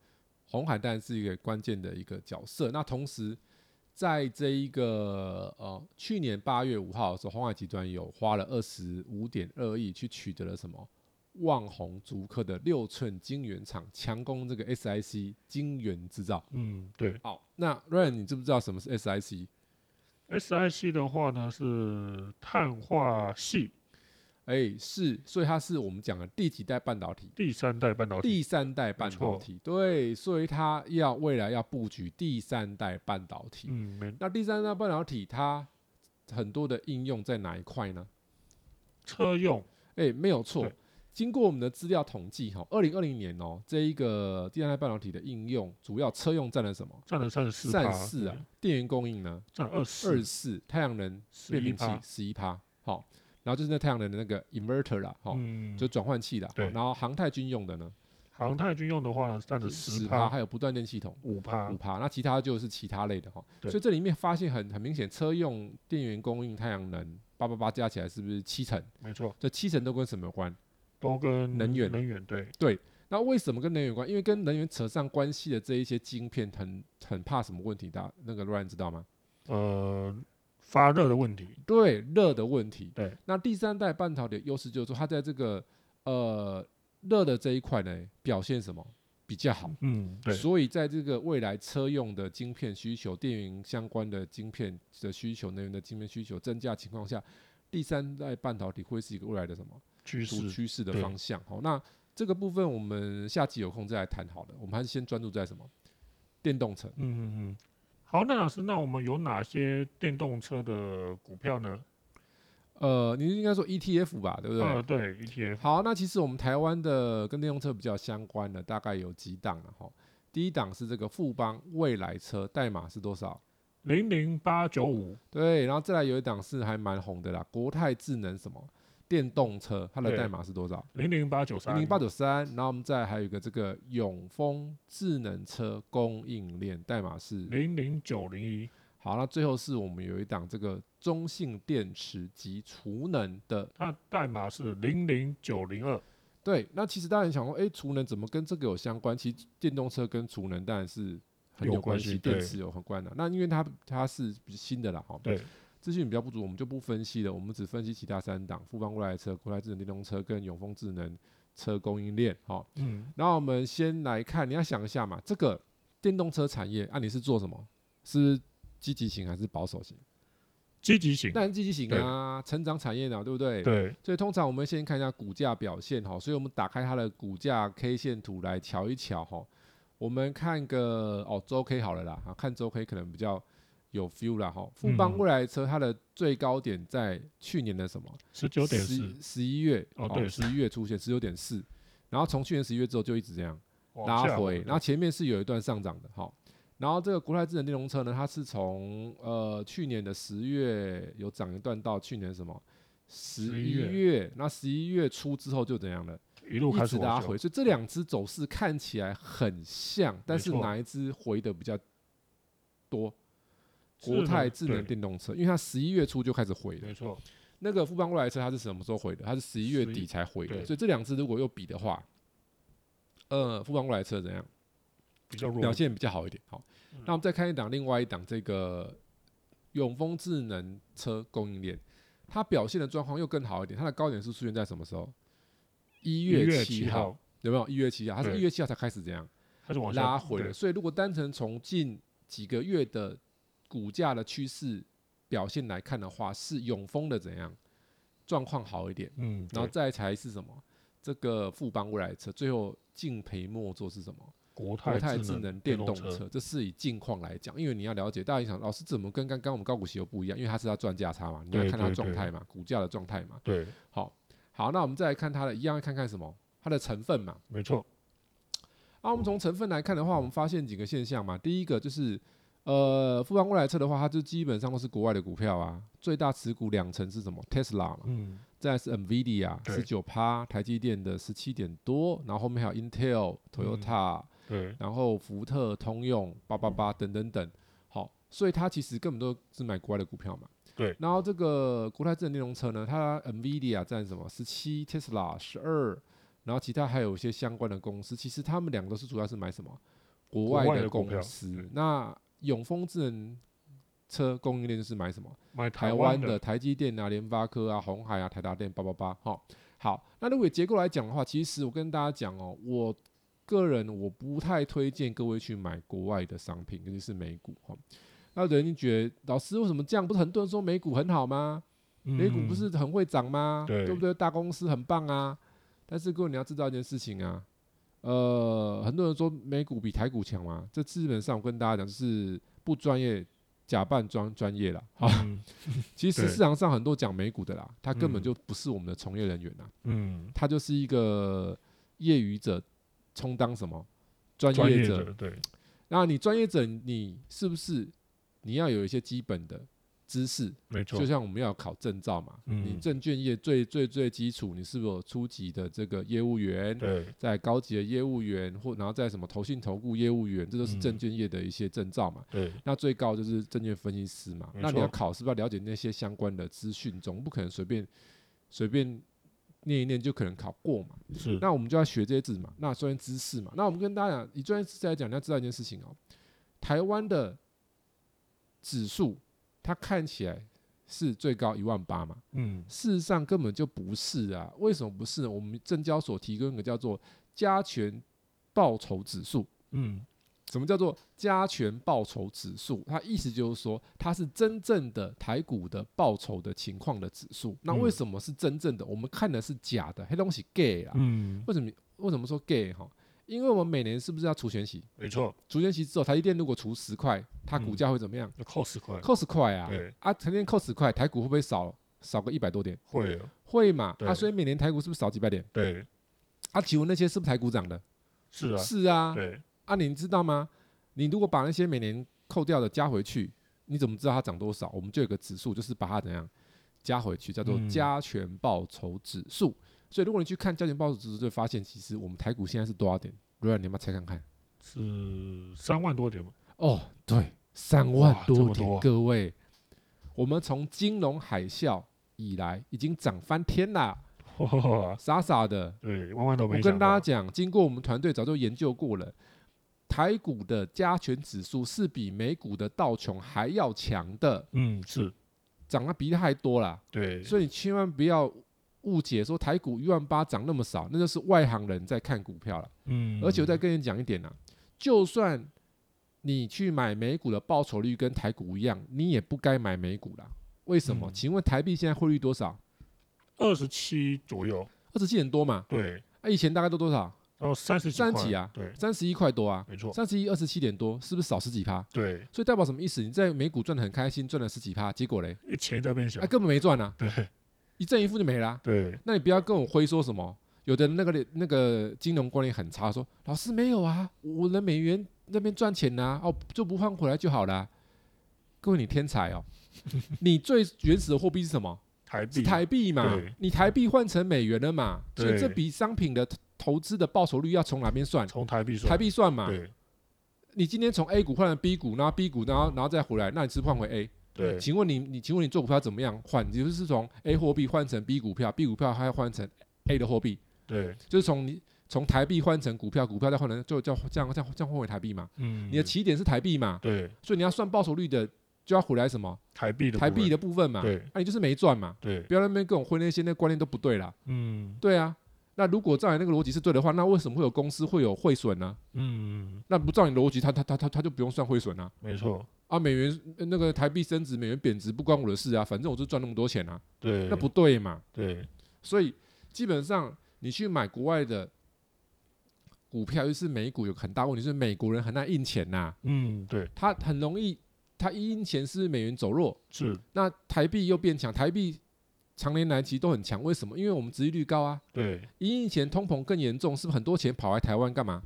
Speaker 2: 红海当然是一个关键的一个角色。那同时，在这一个呃去年八月五号的时候，红海集团有花了二十五点二亿去取得了什么望红竹科的六寸晶圆厂，强攻这个 SIC 晶圆制造。
Speaker 1: 嗯对。
Speaker 2: 好，那 Ryan，你知不知道什么是 SIC？
Speaker 1: SIC 的话呢是碳化系，
Speaker 2: 哎，是，所以它是我们讲的第几代半导体？
Speaker 1: 第三代半导体，
Speaker 2: 第三代半导体，对，所以它要未来要布局第三代半导体。
Speaker 1: 嗯，没
Speaker 2: 那第三代半导体它很多的应用在哪一块呢？
Speaker 1: 车用，
Speaker 2: 哎，没有错
Speaker 1: 对。
Speaker 2: 经过我们的资料统计，哈，二零二零年哦，这一个第三代半导体的应用，主要车用占了什么？
Speaker 1: 占了三十四，嗯
Speaker 2: 占四啊，，电源供应呢，
Speaker 1: 占二
Speaker 2: 二
Speaker 1: 十
Speaker 2: 十，四，太阳能
Speaker 1: 十
Speaker 2: 变
Speaker 1: 一
Speaker 2: 频器
Speaker 1: 趴，
Speaker 2: 十一趴，好，然后就是那太阳能的那个 inverter 啦，好，
Speaker 1: 嗯，
Speaker 2: 哦就转换器啦，
Speaker 1: 对
Speaker 2: 齁然后航太军用的呢，
Speaker 1: 航太军用的话占了
Speaker 2: 十
Speaker 1: 十
Speaker 2: 趴，
Speaker 1: 趴，
Speaker 2: 还有不断电系统
Speaker 1: 五趴
Speaker 2: 五，趴，那其他就是其他类的哈。
Speaker 1: 对
Speaker 2: 所以这里面发现很很明显，车用电源供应、太阳能八八八加起来是不是七成？
Speaker 1: 没错，
Speaker 2: 这七成都跟什么有关？
Speaker 1: 都跟
Speaker 2: 能源
Speaker 1: 能源对，
Speaker 2: 那为什么跟能源有关？因为跟能源扯上关系的这一些晶片很，很怕什么问题？大家那个 Ryan 知道吗？
Speaker 1: 呃，发热的问题，
Speaker 2: 对，热的问题。
Speaker 1: 对，
Speaker 2: 那第三代半导体的优势就是说，它在这个呃热的这一块呢，表现什么比较好？
Speaker 1: 嗯，对，
Speaker 2: 所以在这个未来车用的晶片需求、电源相关的晶片的需求、能源的晶片需求增加的情况下，第三代半导体会是一个未来的什么
Speaker 1: 趋
Speaker 2: 主
Speaker 1: 势
Speaker 2: 趋势的
Speaker 1: 对
Speaker 2: 方向？好，那这个部分我们下集有空再来谈好了。我们还是先专注在什么电动车。
Speaker 1: 嗯嗯嗯，好，那老师，那我们有哪些电动车的股票呢？
Speaker 2: 呃，你应该说 ETF 吧，对不对？
Speaker 1: 呃，对，ETF，
Speaker 2: 好，那其实我们台湾的跟电动车比较相关的，大概有几档了哈。第一档是这个富邦未来车，代码是多少？
Speaker 1: 零零八九五，
Speaker 2: 对，然后再来有一档是还蛮红的啦，国泰智能什么电动车，它的
Speaker 1: 对
Speaker 2: 代码是多少？
Speaker 1: 零零八九三，
Speaker 2: 零零八九三。然后我们再来还有一个这个永丰智能车供应链，代码是
Speaker 1: 零零九零一，
Speaker 2: 好。那最后是我们有一档这个中性电池及储能的，
Speaker 1: 它代码是零零九零二，
Speaker 2: 对。那其实大家很想说，哎，储能怎么跟这个有相关？其实电动车跟储能当然是很
Speaker 1: 有
Speaker 2: 有
Speaker 1: 关
Speaker 2: 关系，
Speaker 1: 系
Speaker 2: 电
Speaker 1: 对
Speaker 2: 池有很关的、那因为它它是新的啦，哈，
Speaker 1: 对，
Speaker 2: 资讯比较不足，我们就不分析了，我们只分析其他三档：富邦未来车、国泰智能电动车跟永丰智能车供应链。好、
Speaker 1: 嗯，
Speaker 2: 然后我们先来看，你要想一下嘛，这个电动车产业，啊，你是做什么？是积极型还是保守型？
Speaker 1: 积极型，
Speaker 2: 当然积极型啊，成长产业呢、对不对？。
Speaker 1: 对，
Speaker 2: 所以通常我们先看一下股价表现哈、所以我们打开它的股价 K 线图来瞧一瞧哈、我们看个哦周 K 好了啦，啊看周 K 可能比较有 feel 啦哈、富邦
Speaker 1: 嗯
Speaker 2: 未来车它的最高点在去年的什么？
Speaker 1: 十九点
Speaker 2: 十
Speaker 1: 四，
Speaker 2: 十一月
Speaker 1: 哦对
Speaker 2: 十一月出现十九点四，然后从去年十一月之后就一直这样
Speaker 1: 往
Speaker 2: 拉
Speaker 1: 下
Speaker 2: 回，然后前面是有一段上涨的，好。然后这个国泰智能电动车呢，它是从呃去年的十月有涨一段到去年什么十一
Speaker 1: 11
Speaker 2: 月，那十一月初之后就怎样了，
Speaker 1: 一路
Speaker 2: 一
Speaker 1: 开
Speaker 2: 直
Speaker 1: 始
Speaker 2: 拉
Speaker 1: 往
Speaker 2: 回，
Speaker 1: 下，
Speaker 2: 所以这两只走势看起来很像，但是
Speaker 1: 没错
Speaker 2: 哪一只回的比较多？
Speaker 1: 智
Speaker 2: 国泰
Speaker 1: 能
Speaker 2: 智能
Speaker 1: 对
Speaker 2: 电动车，因为它十一月初就开始回了，
Speaker 1: 没错，
Speaker 2: 那个富邦未来车它是什么时候回的？它是十一月底才回的，
Speaker 1: 对
Speaker 2: 所以这两只如果又比的话，呃，富邦未来车怎样
Speaker 1: 比较弱嗯
Speaker 2: 表，现比较好一点？好，那我们再看一档，另外一档这个永丰智能车供应链，它表现的状况又更好一点，它的高点是出现在什么时候？一
Speaker 1: 一
Speaker 2: 月
Speaker 1: 七
Speaker 2: 号，，有没有？一月七号，它是
Speaker 1: 对
Speaker 2: 一月七号才开始怎样
Speaker 1: 开始往下
Speaker 2: 拉回的，
Speaker 1: 对
Speaker 2: 所以如果单纯从近几个月的股价的趋势表现来看的话，是永丰的怎样状况好一点？
Speaker 1: 嗯，
Speaker 2: 然后
Speaker 1: 对
Speaker 2: 再才是什么？这个富邦未来车最后敬培末座是什么？
Speaker 1: 国
Speaker 2: 国泰
Speaker 1: 泰
Speaker 2: 智能
Speaker 1: 能
Speaker 2: 电
Speaker 1: 动
Speaker 2: 动，车，这是以近况来讲，因为你要了解，大家想老师怎么跟刚刚我们高股息又不一样，因为它是要赚价差嘛，你要
Speaker 1: 对
Speaker 2: 看它
Speaker 1: 对
Speaker 2: 状
Speaker 1: 对
Speaker 2: 态嘛，股价的状态嘛。
Speaker 1: 对，
Speaker 2: 好，好，那我们再来看它的，一样看看什么？它的成分嘛。
Speaker 1: 没错，
Speaker 2: 啊，
Speaker 1: 嗯
Speaker 2: 我们从成分来看的话，我们发现几个现象嘛。第一个就是，呃，富邦未来车的话，它就基本上都是国外的股票啊，最大持股两成是什么？Tesla 嘛。
Speaker 1: 嗯，
Speaker 2: 再来是 NVIDIA
Speaker 1: 对
Speaker 2: 十九趴，台积电的十七点多，然后后面还有
Speaker 1: 嗯
Speaker 2: Intel、Toyota，、
Speaker 1: 对，
Speaker 2: 然后福特、通用八八八等等等。好，所以它其实根本都是买国外的股票嘛。
Speaker 1: 对
Speaker 2: 然后这个国泰智能电动车呢，它 NVIDIA 占什么十七，Tesla 十二，然后其他还有一些相关的公司，其实他们两个都是主要是买什么国
Speaker 1: 国外
Speaker 2: 外
Speaker 1: 的股
Speaker 2: 公
Speaker 1: 票嗯
Speaker 2: 司
Speaker 1: 对。
Speaker 2: 那永丰智能车供应链就是买什么？
Speaker 1: 买
Speaker 2: 台
Speaker 1: 湾
Speaker 2: 湾的台积电啊、联发科啊、红海啊、台达电八八八，哈，好。那如果以结构来讲的话，其实我跟大家讲哦，我个人我不太推荐各位去买国外的商品，尤其是美股哈。那有人觉得老师为什么这样？不是很多人说美股很好吗？
Speaker 1: 嗯
Speaker 2: 美股不是很会涨吗？
Speaker 1: 对
Speaker 2: 不嗯对？大公司很棒啊，但是各位你要知道一件事情啊，呃，很多人说美股比台股强嘛，这基本上我跟大家讲就是不专业，假扮专专业啦。好，
Speaker 1: 嗯
Speaker 2: 其实
Speaker 1: 对
Speaker 2: 市场上很多讲美股的啦，他根本
Speaker 1: 嗯
Speaker 2: 就不是我们的从业人员啦，
Speaker 1: 嗯，
Speaker 2: 他就是一个业余者充当什么专
Speaker 1: 专
Speaker 2: 业
Speaker 1: 业
Speaker 2: 者。
Speaker 1: 者对，
Speaker 2: 那你专业者，你是不是你要有一些基本的知识？
Speaker 1: 没错
Speaker 2: 就，像我们要考证照嘛，
Speaker 1: 嗯
Speaker 2: 你证券业最最最基础，你是不是有初级的这个业务员，
Speaker 1: 对，
Speaker 2: 在高级的业务员，或然后在什么投信投顾业务员，这都是
Speaker 1: 嗯
Speaker 2: 证券业的一些证照嘛。
Speaker 1: 对，
Speaker 2: 那最高就是证券分析师嘛。
Speaker 1: 没
Speaker 2: 那你
Speaker 1: 错
Speaker 2: 要考，是不是要了解那些相关的资讯？总不可能随便随便念一念就可能考过嘛。
Speaker 1: 是，
Speaker 2: 那我们就要学这些字嘛，那专业知识嘛。那我们跟大家讲，以专业知识来讲，你要知道一件事情哦，台湾的指数它看起来是最高一万八嘛，
Speaker 1: 嗯，
Speaker 2: 事实上根本就不是啊。为什么不是呢？我们证交所提供一个叫做加权报酬指数。
Speaker 1: 嗯，
Speaker 2: 什么叫做加权报酬指数？它意思就是说，它是真正的台股的报酬的情况的指数。那为
Speaker 1: 嗯
Speaker 2: 什么是真正的？我们看的是假的，黑东西 gay 啦。
Speaker 1: 嗯，
Speaker 2: 为什么为什么说 gay 哈？因为我们每年是不是要除权息？
Speaker 1: 没错，
Speaker 2: 除权息之后，台积电如果除十块，它股
Speaker 1: 嗯
Speaker 2: 价会怎么样？
Speaker 1: 要扣十块，
Speaker 2: 扣十块啊
Speaker 1: 对！
Speaker 2: 啊，台积电扣十块，台股会不会少少个一百多点？
Speaker 1: 会哦，
Speaker 2: 会嘛？啊，
Speaker 1: 对
Speaker 2: 所以每年台股是不是少几百点？
Speaker 1: 对，
Speaker 2: 啊，请问那些是不是台股涨的？
Speaker 1: 是啊，
Speaker 2: 是啊，
Speaker 1: 对，
Speaker 2: 啊，你知道吗？你如果把那些每年扣掉的加回去，你怎么知道它涨多少？我们就有个指数，就是把它怎样加回去，叫做
Speaker 1: 嗯
Speaker 2: 加权报酬指数。所以如果你去看加权报酬指数，就会发现其实我们台股现在是多少点？瑞然，你要不要猜看看？
Speaker 1: 是三万多点嘛，
Speaker 2: 哦，对，三万
Speaker 1: 哇这
Speaker 2: 多
Speaker 1: 么
Speaker 2: 点，
Speaker 1: 多啊
Speaker 2: 各位，我们从金融海啸以来已经涨翻天啦，
Speaker 1: 哇，
Speaker 2: 傻傻的。
Speaker 1: 啊对，万万都
Speaker 2: 我
Speaker 1: 没想
Speaker 2: 跟大家
Speaker 1: 到，
Speaker 2: 讲，经过我们团队早就研究过了，台股的加权指数是比美股的道琼还要强的，
Speaker 1: 嗯，是，
Speaker 2: 涨得比它还多啦。
Speaker 1: 对，
Speaker 2: 所以你千万不要误解说台股一万八涨那么少，那就是外行人在看股票了。
Speaker 1: 嗯，
Speaker 2: 而且我再跟你讲一点啊，就算你去买美股的报酬率跟台股一样，你也不该买美股啦。为什么？
Speaker 1: 嗯
Speaker 2: 请问台币现在汇率多少？
Speaker 1: 二十七左右，
Speaker 2: 二十七点多嘛？
Speaker 1: 对，
Speaker 2: 啊，以前大概都多少？
Speaker 1: 然后三十
Speaker 2: 三十几
Speaker 1: 块
Speaker 2: 啊
Speaker 1: 对，
Speaker 2: 三十一块多啊。
Speaker 1: 没错，
Speaker 2: 三十一二十七点多，是不是少十几趴？
Speaker 1: 对，
Speaker 2: 所以代表什么意思？你在美股赚的很开心，赚了十几趴，结果嘞，
Speaker 1: 一钱在变小
Speaker 2: 啊，，根本没赚啊，
Speaker 1: 对，
Speaker 2: 一正一负就没啦、啊
Speaker 1: 对，
Speaker 2: 那你不要跟我挥说什么，有的人那个那个金融观念很差，说老师没有啊，我的美元那边赚钱呐、哦就不换回来就好啦。各位你天才 哦，你最原始的货币是什么？
Speaker 1: 台
Speaker 2: 是
Speaker 1: 币，
Speaker 2: 台币嘛
Speaker 1: 对，
Speaker 2: 你台币换成美元了嘛，所以
Speaker 1: 对
Speaker 2: 这笔商品的投投资的报酬率要从哪边算？
Speaker 1: 从台币算，
Speaker 2: 台币算嘛，
Speaker 1: 对，
Speaker 2: 你今天从 A 股换了 B 股，然后 B 股，然后然后再回来，那你是不是换回 A。
Speaker 1: 对，
Speaker 2: 请问你，你请问你做股票怎么样换？你就是从 A 货币换成 B 股票，B 股票还要换成 A 的货币，
Speaker 1: 对，
Speaker 2: 就是从你从台币换成股票，股票再换成就叫这样这样这样换回台币嘛。
Speaker 1: 嗯，
Speaker 2: 你的起点是台币嘛，
Speaker 1: 对
Speaker 2: 所以你要算报酬率的，就要回来什么
Speaker 1: 台币的
Speaker 2: 台币
Speaker 1: 的，
Speaker 2: 的部分嘛。
Speaker 1: 对
Speaker 2: 那、你就是没赚嘛。
Speaker 1: 对，
Speaker 2: 不要在那边跟我混那些那观念都不对啦。
Speaker 1: 嗯
Speaker 2: 对啊，那如果照你那个逻辑是对的话，那为什么会有公司会有汇损呢？
Speaker 1: 嗯，
Speaker 2: 那不照你逻辑，他他他他他就不用算汇损啊。
Speaker 1: 没错，
Speaker 2: 啊，美元呃那个台币升值，美元贬值不关我的事啊，反正我就赚那么多钱啊，
Speaker 1: 对，
Speaker 2: 那不对嘛。
Speaker 1: 对，
Speaker 2: 所以基本上你去买国外的股票，就是美股有个很大问题，是美国人很爱印钱呐、
Speaker 1: 嗯，对，
Speaker 2: 他很容易，他一印钱是不是美元走弱，
Speaker 1: 是，
Speaker 2: 那台币又变强，台币常年来其实都很强，为什么？因为我们殖利率高啊，
Speaker 1: 对，
Speaker 2: 一印钱通膨更严重，是不是很多钱跑来台湾干嘛？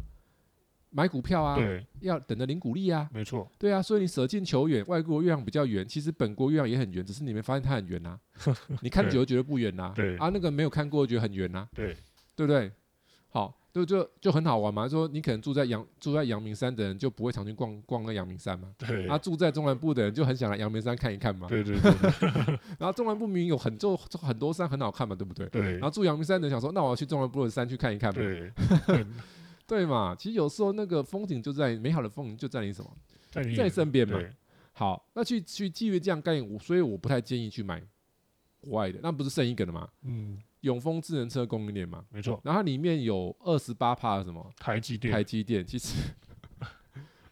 Speaker 2: 买股票啊，
Speaker 1: 对，
Speaker 2: 要等着领股利啊，
Speaker 1: 没错，
Speaker 2: 对啊，所以你舍近求远，外国月亮比较圆，其实本国月亮也很圆，只是你没发现它很 圆呐、你看久了觉得不圆呐、
Speaker 1: 对
Speaker 2: 啊，那个没有看过觉得很圆呐、啊
Speaker 1: 对，
Speaker 2: 对不对？好，就就就很好玩嘛。说你可能住在阳住在阳明山的人就不会常去逛逛那阳明山嘛，
Speaker 1: 对，
Speaker 2: 啊，住在中南部的人就很想来阳明山看一看嘛。
Speaker 1: 对对对
Speaker 2: 然后中南部明明有很多很多山很好看嘛，对不对？
Speaker 1: 对
Speaker 2: 然后住阳明山的人想说，那我要去中南部的山去看一看嘛，
Speaker 1: 对
Speaker 2: 对嘛？其实有时候那个风景就在美好的风景就在你什么，
Speaker 1: 对，你
Speaker 2: 在身边嘛。
Speaker 1: 对，
Speaker 2: 好，那去去基于这样概念，我所以我不太建议去买国外的，那不是剩一个的嘛？
Speaker 1: 嗯，
Speaker 2: 永丰智能车供应链嘛，
Speaker 1: 没错，
Speaker 2: 然后它里面有二十八趴的什么
Speaker 1: 台积电
Speaker 2: 台积电，其实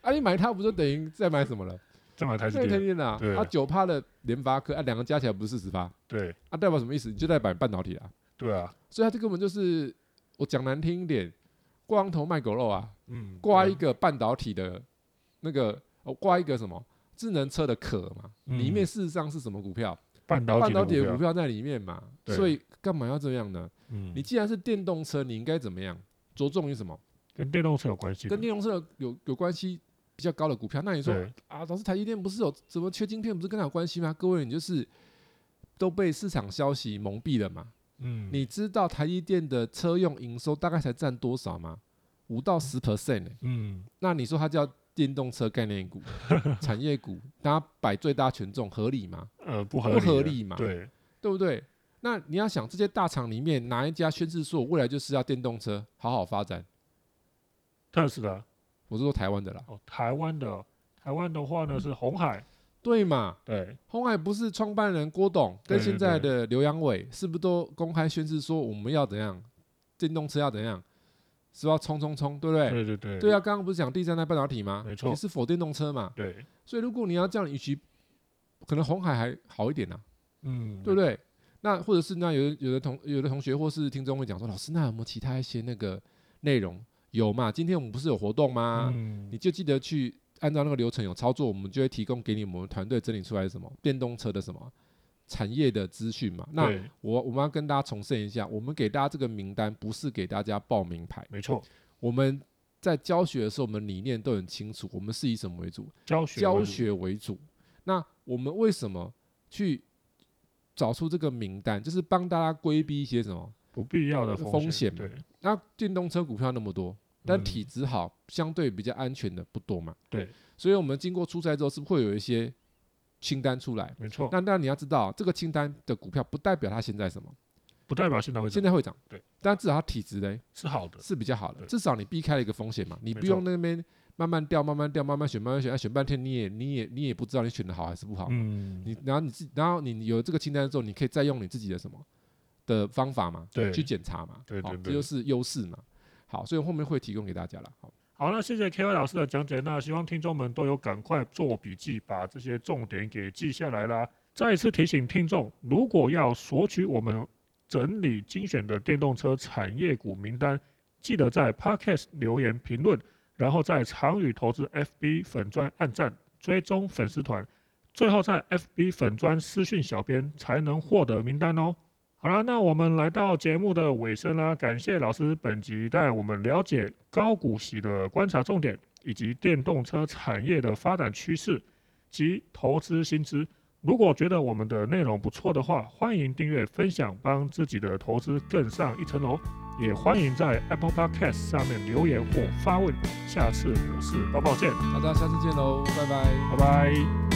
Speaker 2: 啊，你买它不就等于在买什么了？
Speaker 1: 再买台积
Speaker 2: 对，台积
Speaker 1: 电，
Speaker 2: 电啊，
Speaker 1: 对
Speaker 2: 它九趴的联发科，啊，两个加起来不是四十趴，
Speaker 1: 对
Speaker 2: 啊，代表什么意思？你就代表半导体啊，
Speaker 1: 对啊，
Speaker 2: 所以它这根本就是我讲难听一点，挂羊头卖狗肉啊，
Speaker 1: 嗯，
Speaker 2: 挂一个半导体的那个，哦，挂一个什么智能车的壳嘛，
Speaker 1: 嗯
Speaker 2: 里面事实上是什么股票？
Speaker 1: 半导
Speaker 2: 半
Speaker 1: 体的
Speaker 2: 导
Speaker 1: 股
Speaker 2: 体的股
Speaker 1: 票，
Speaker 2: 票在里面嘛，
Speaker 1: 对
Speaker 2: 所以干嘛要这样呢？
Speaker 1: 嗯，
Speaker 2: 你既然是电动车，你应该怎么样？着重于什么？
Speaker 1: 跟电动车有关系的，
Speaker 2: 跟电动车的有有关系比较高的股票？那你说
Speaker 1: 对
Speaker 2: 啊，老师，台积电不是有怎么缺晶片，不是跟它有关系吗？各位，你就是都被市场消息蒙蔽了嘛？
Speaker 1: 嗯，
Speaker 2: 你知道台积电的车用营收大概才占多少吗？五到十 percent
Speaker 1: 嗯
Speaker 2: 那你说它叫电动车概 念股、产业股，它摆最大权重，合理吗？
Speaker 1: 呃不合理的，
Speaker 2: 不合理嘛
Speaker 1: 对，
Speaker 2: 对不对？那你要想这些大厂里面哪一家宣示说我未来就是要电动车好好发展？
Speaker 1: 特斯拉
Speaker 2: 我是说台湾的啦，
Speaker 1: 哦，台湾的台湾的话
Speaker 2: 嗯
Speaker 1: 呢是红海，
Speaker 2: 对嘛？
Speaker 1: 对，
Speaker 2: 红海不是创办人郭董
Speaker 1: 对
Speaker 2: 跟
Speaker 1: 对
Speaker 2: 现在的刘阳伟，是不是都公开宣示说我们要怎样，电动车要怎样，是不是要冲冲冲，对不对？
Speaker 1: 对对对，
Speaker 2: 对啊，刚刚不是讲第三代半导体吗？
Speaker 1: 没错
Speaker 2: 也是否电动车嘛。
Speaker 1: 对，
Speaker 2: 所以如果你要这样，与其可能红海还好一点啊，
Speaker 1: 嗯，
Speaker 2: 对不对？那或者是那有的有的同有的同学或是听众会讲说，老师，那有没有其他一些那个内容？有嘛？今天我们不是有活动吗？
Speaker 1: 嗯
Speaker 2: 你就记得去按照那个流程有操作，我们就会提供给你我们团队整理出来什么电动车的什么产业的资讯嘛。那
Speaker 1: 对
Speaker 2: 我我们要跟大家重申一下，我们给大家这个名单不是给大家报名牌，
Speaker 1: 没错，
Speaker 2: 我们在教学的时候，我们理念都很清楚，我们是以什么为主？
Speaker 1: 教学为
Speaker 2: 教
Speaker 1: 主，
Speaker 2: 学为主。那我们为什么去找出这个名单？就是帮大家规避一些什么？
Speaker 1: 不必要的
Speaker 2: 风
Speaker 1: 险
Speaker 2: 险
Speaker 1: 对
Speaker 2: 那电动车股票那么多，但
Speaker 1: 嗯
Speaker 2: 体质好、相对比较安全的不多嘛。
Speaker 1: 对，
Speaker 2: 所以我们经过初赛之后，是不是会有一些清单出来？
Speaker 1: 没错，
Speaker 2: 那那你要知道，这个清单的股票不代表它现在什么，
Speaker 1: 不代表现在会
Speaker 2: 现
Speaker 1: 涨
Speaker 2: 在会涨，
Speaker 1: 对，
Speaker 2: 但至少它体质嘞
Speaker 1: 是好的，
Speaker 2: 是比较好的
Speaker 1: 对，
Speaker 2: 至少你避开了一个风险嘛，你
Speaker 1: 没
Speaker 2: 不用那边慢慢掉、慢慢掉、慢慢选、慢慢选，啊、选半天你也你也你也不知道你选的好还是不好，
Speaker 1: 嗯，
Speaker 2: 你然后你自然后你有这个清单之后，你可以再用你自己的什么的方法嘛，
Speaker 1: 对
Speaker 2: 去检查嘛，
Speaker 1: 对
Speaker 2: 好
Speaker 1: 对对
Speaker 2: 这就是优势嘛。好，所以后面会提供给大家了。好，
Speaker 1: 好，那谢谢 K Y 老师的讲解，那希望听众们都有赶快做笔记，把这些重点给记下来啦。再一次提醒听众，如果要索取我们整理精选的电动车产业股名单，记得在 Podcast 留言评论，然后在长宇投资 FB 粉专按赞追踪粉丝团，最后在 FB 粉专私讯小编才能获得名单哦。好了，那我们来到节目的尾声啦，感谢老师本集带我们了解高股息的观察重点，以及电动车产业的发展趋势及投资薪资。如果觉得我们的内容不错的话，欢迎订阅、分享，帮自己的投资更上一层楼。也欢迎在 Apple Podcast 上面留言或发问。下次股市报报见，
Speaker 2: 大家下次见喽，拜拜。
Speaker 1: 拜拜。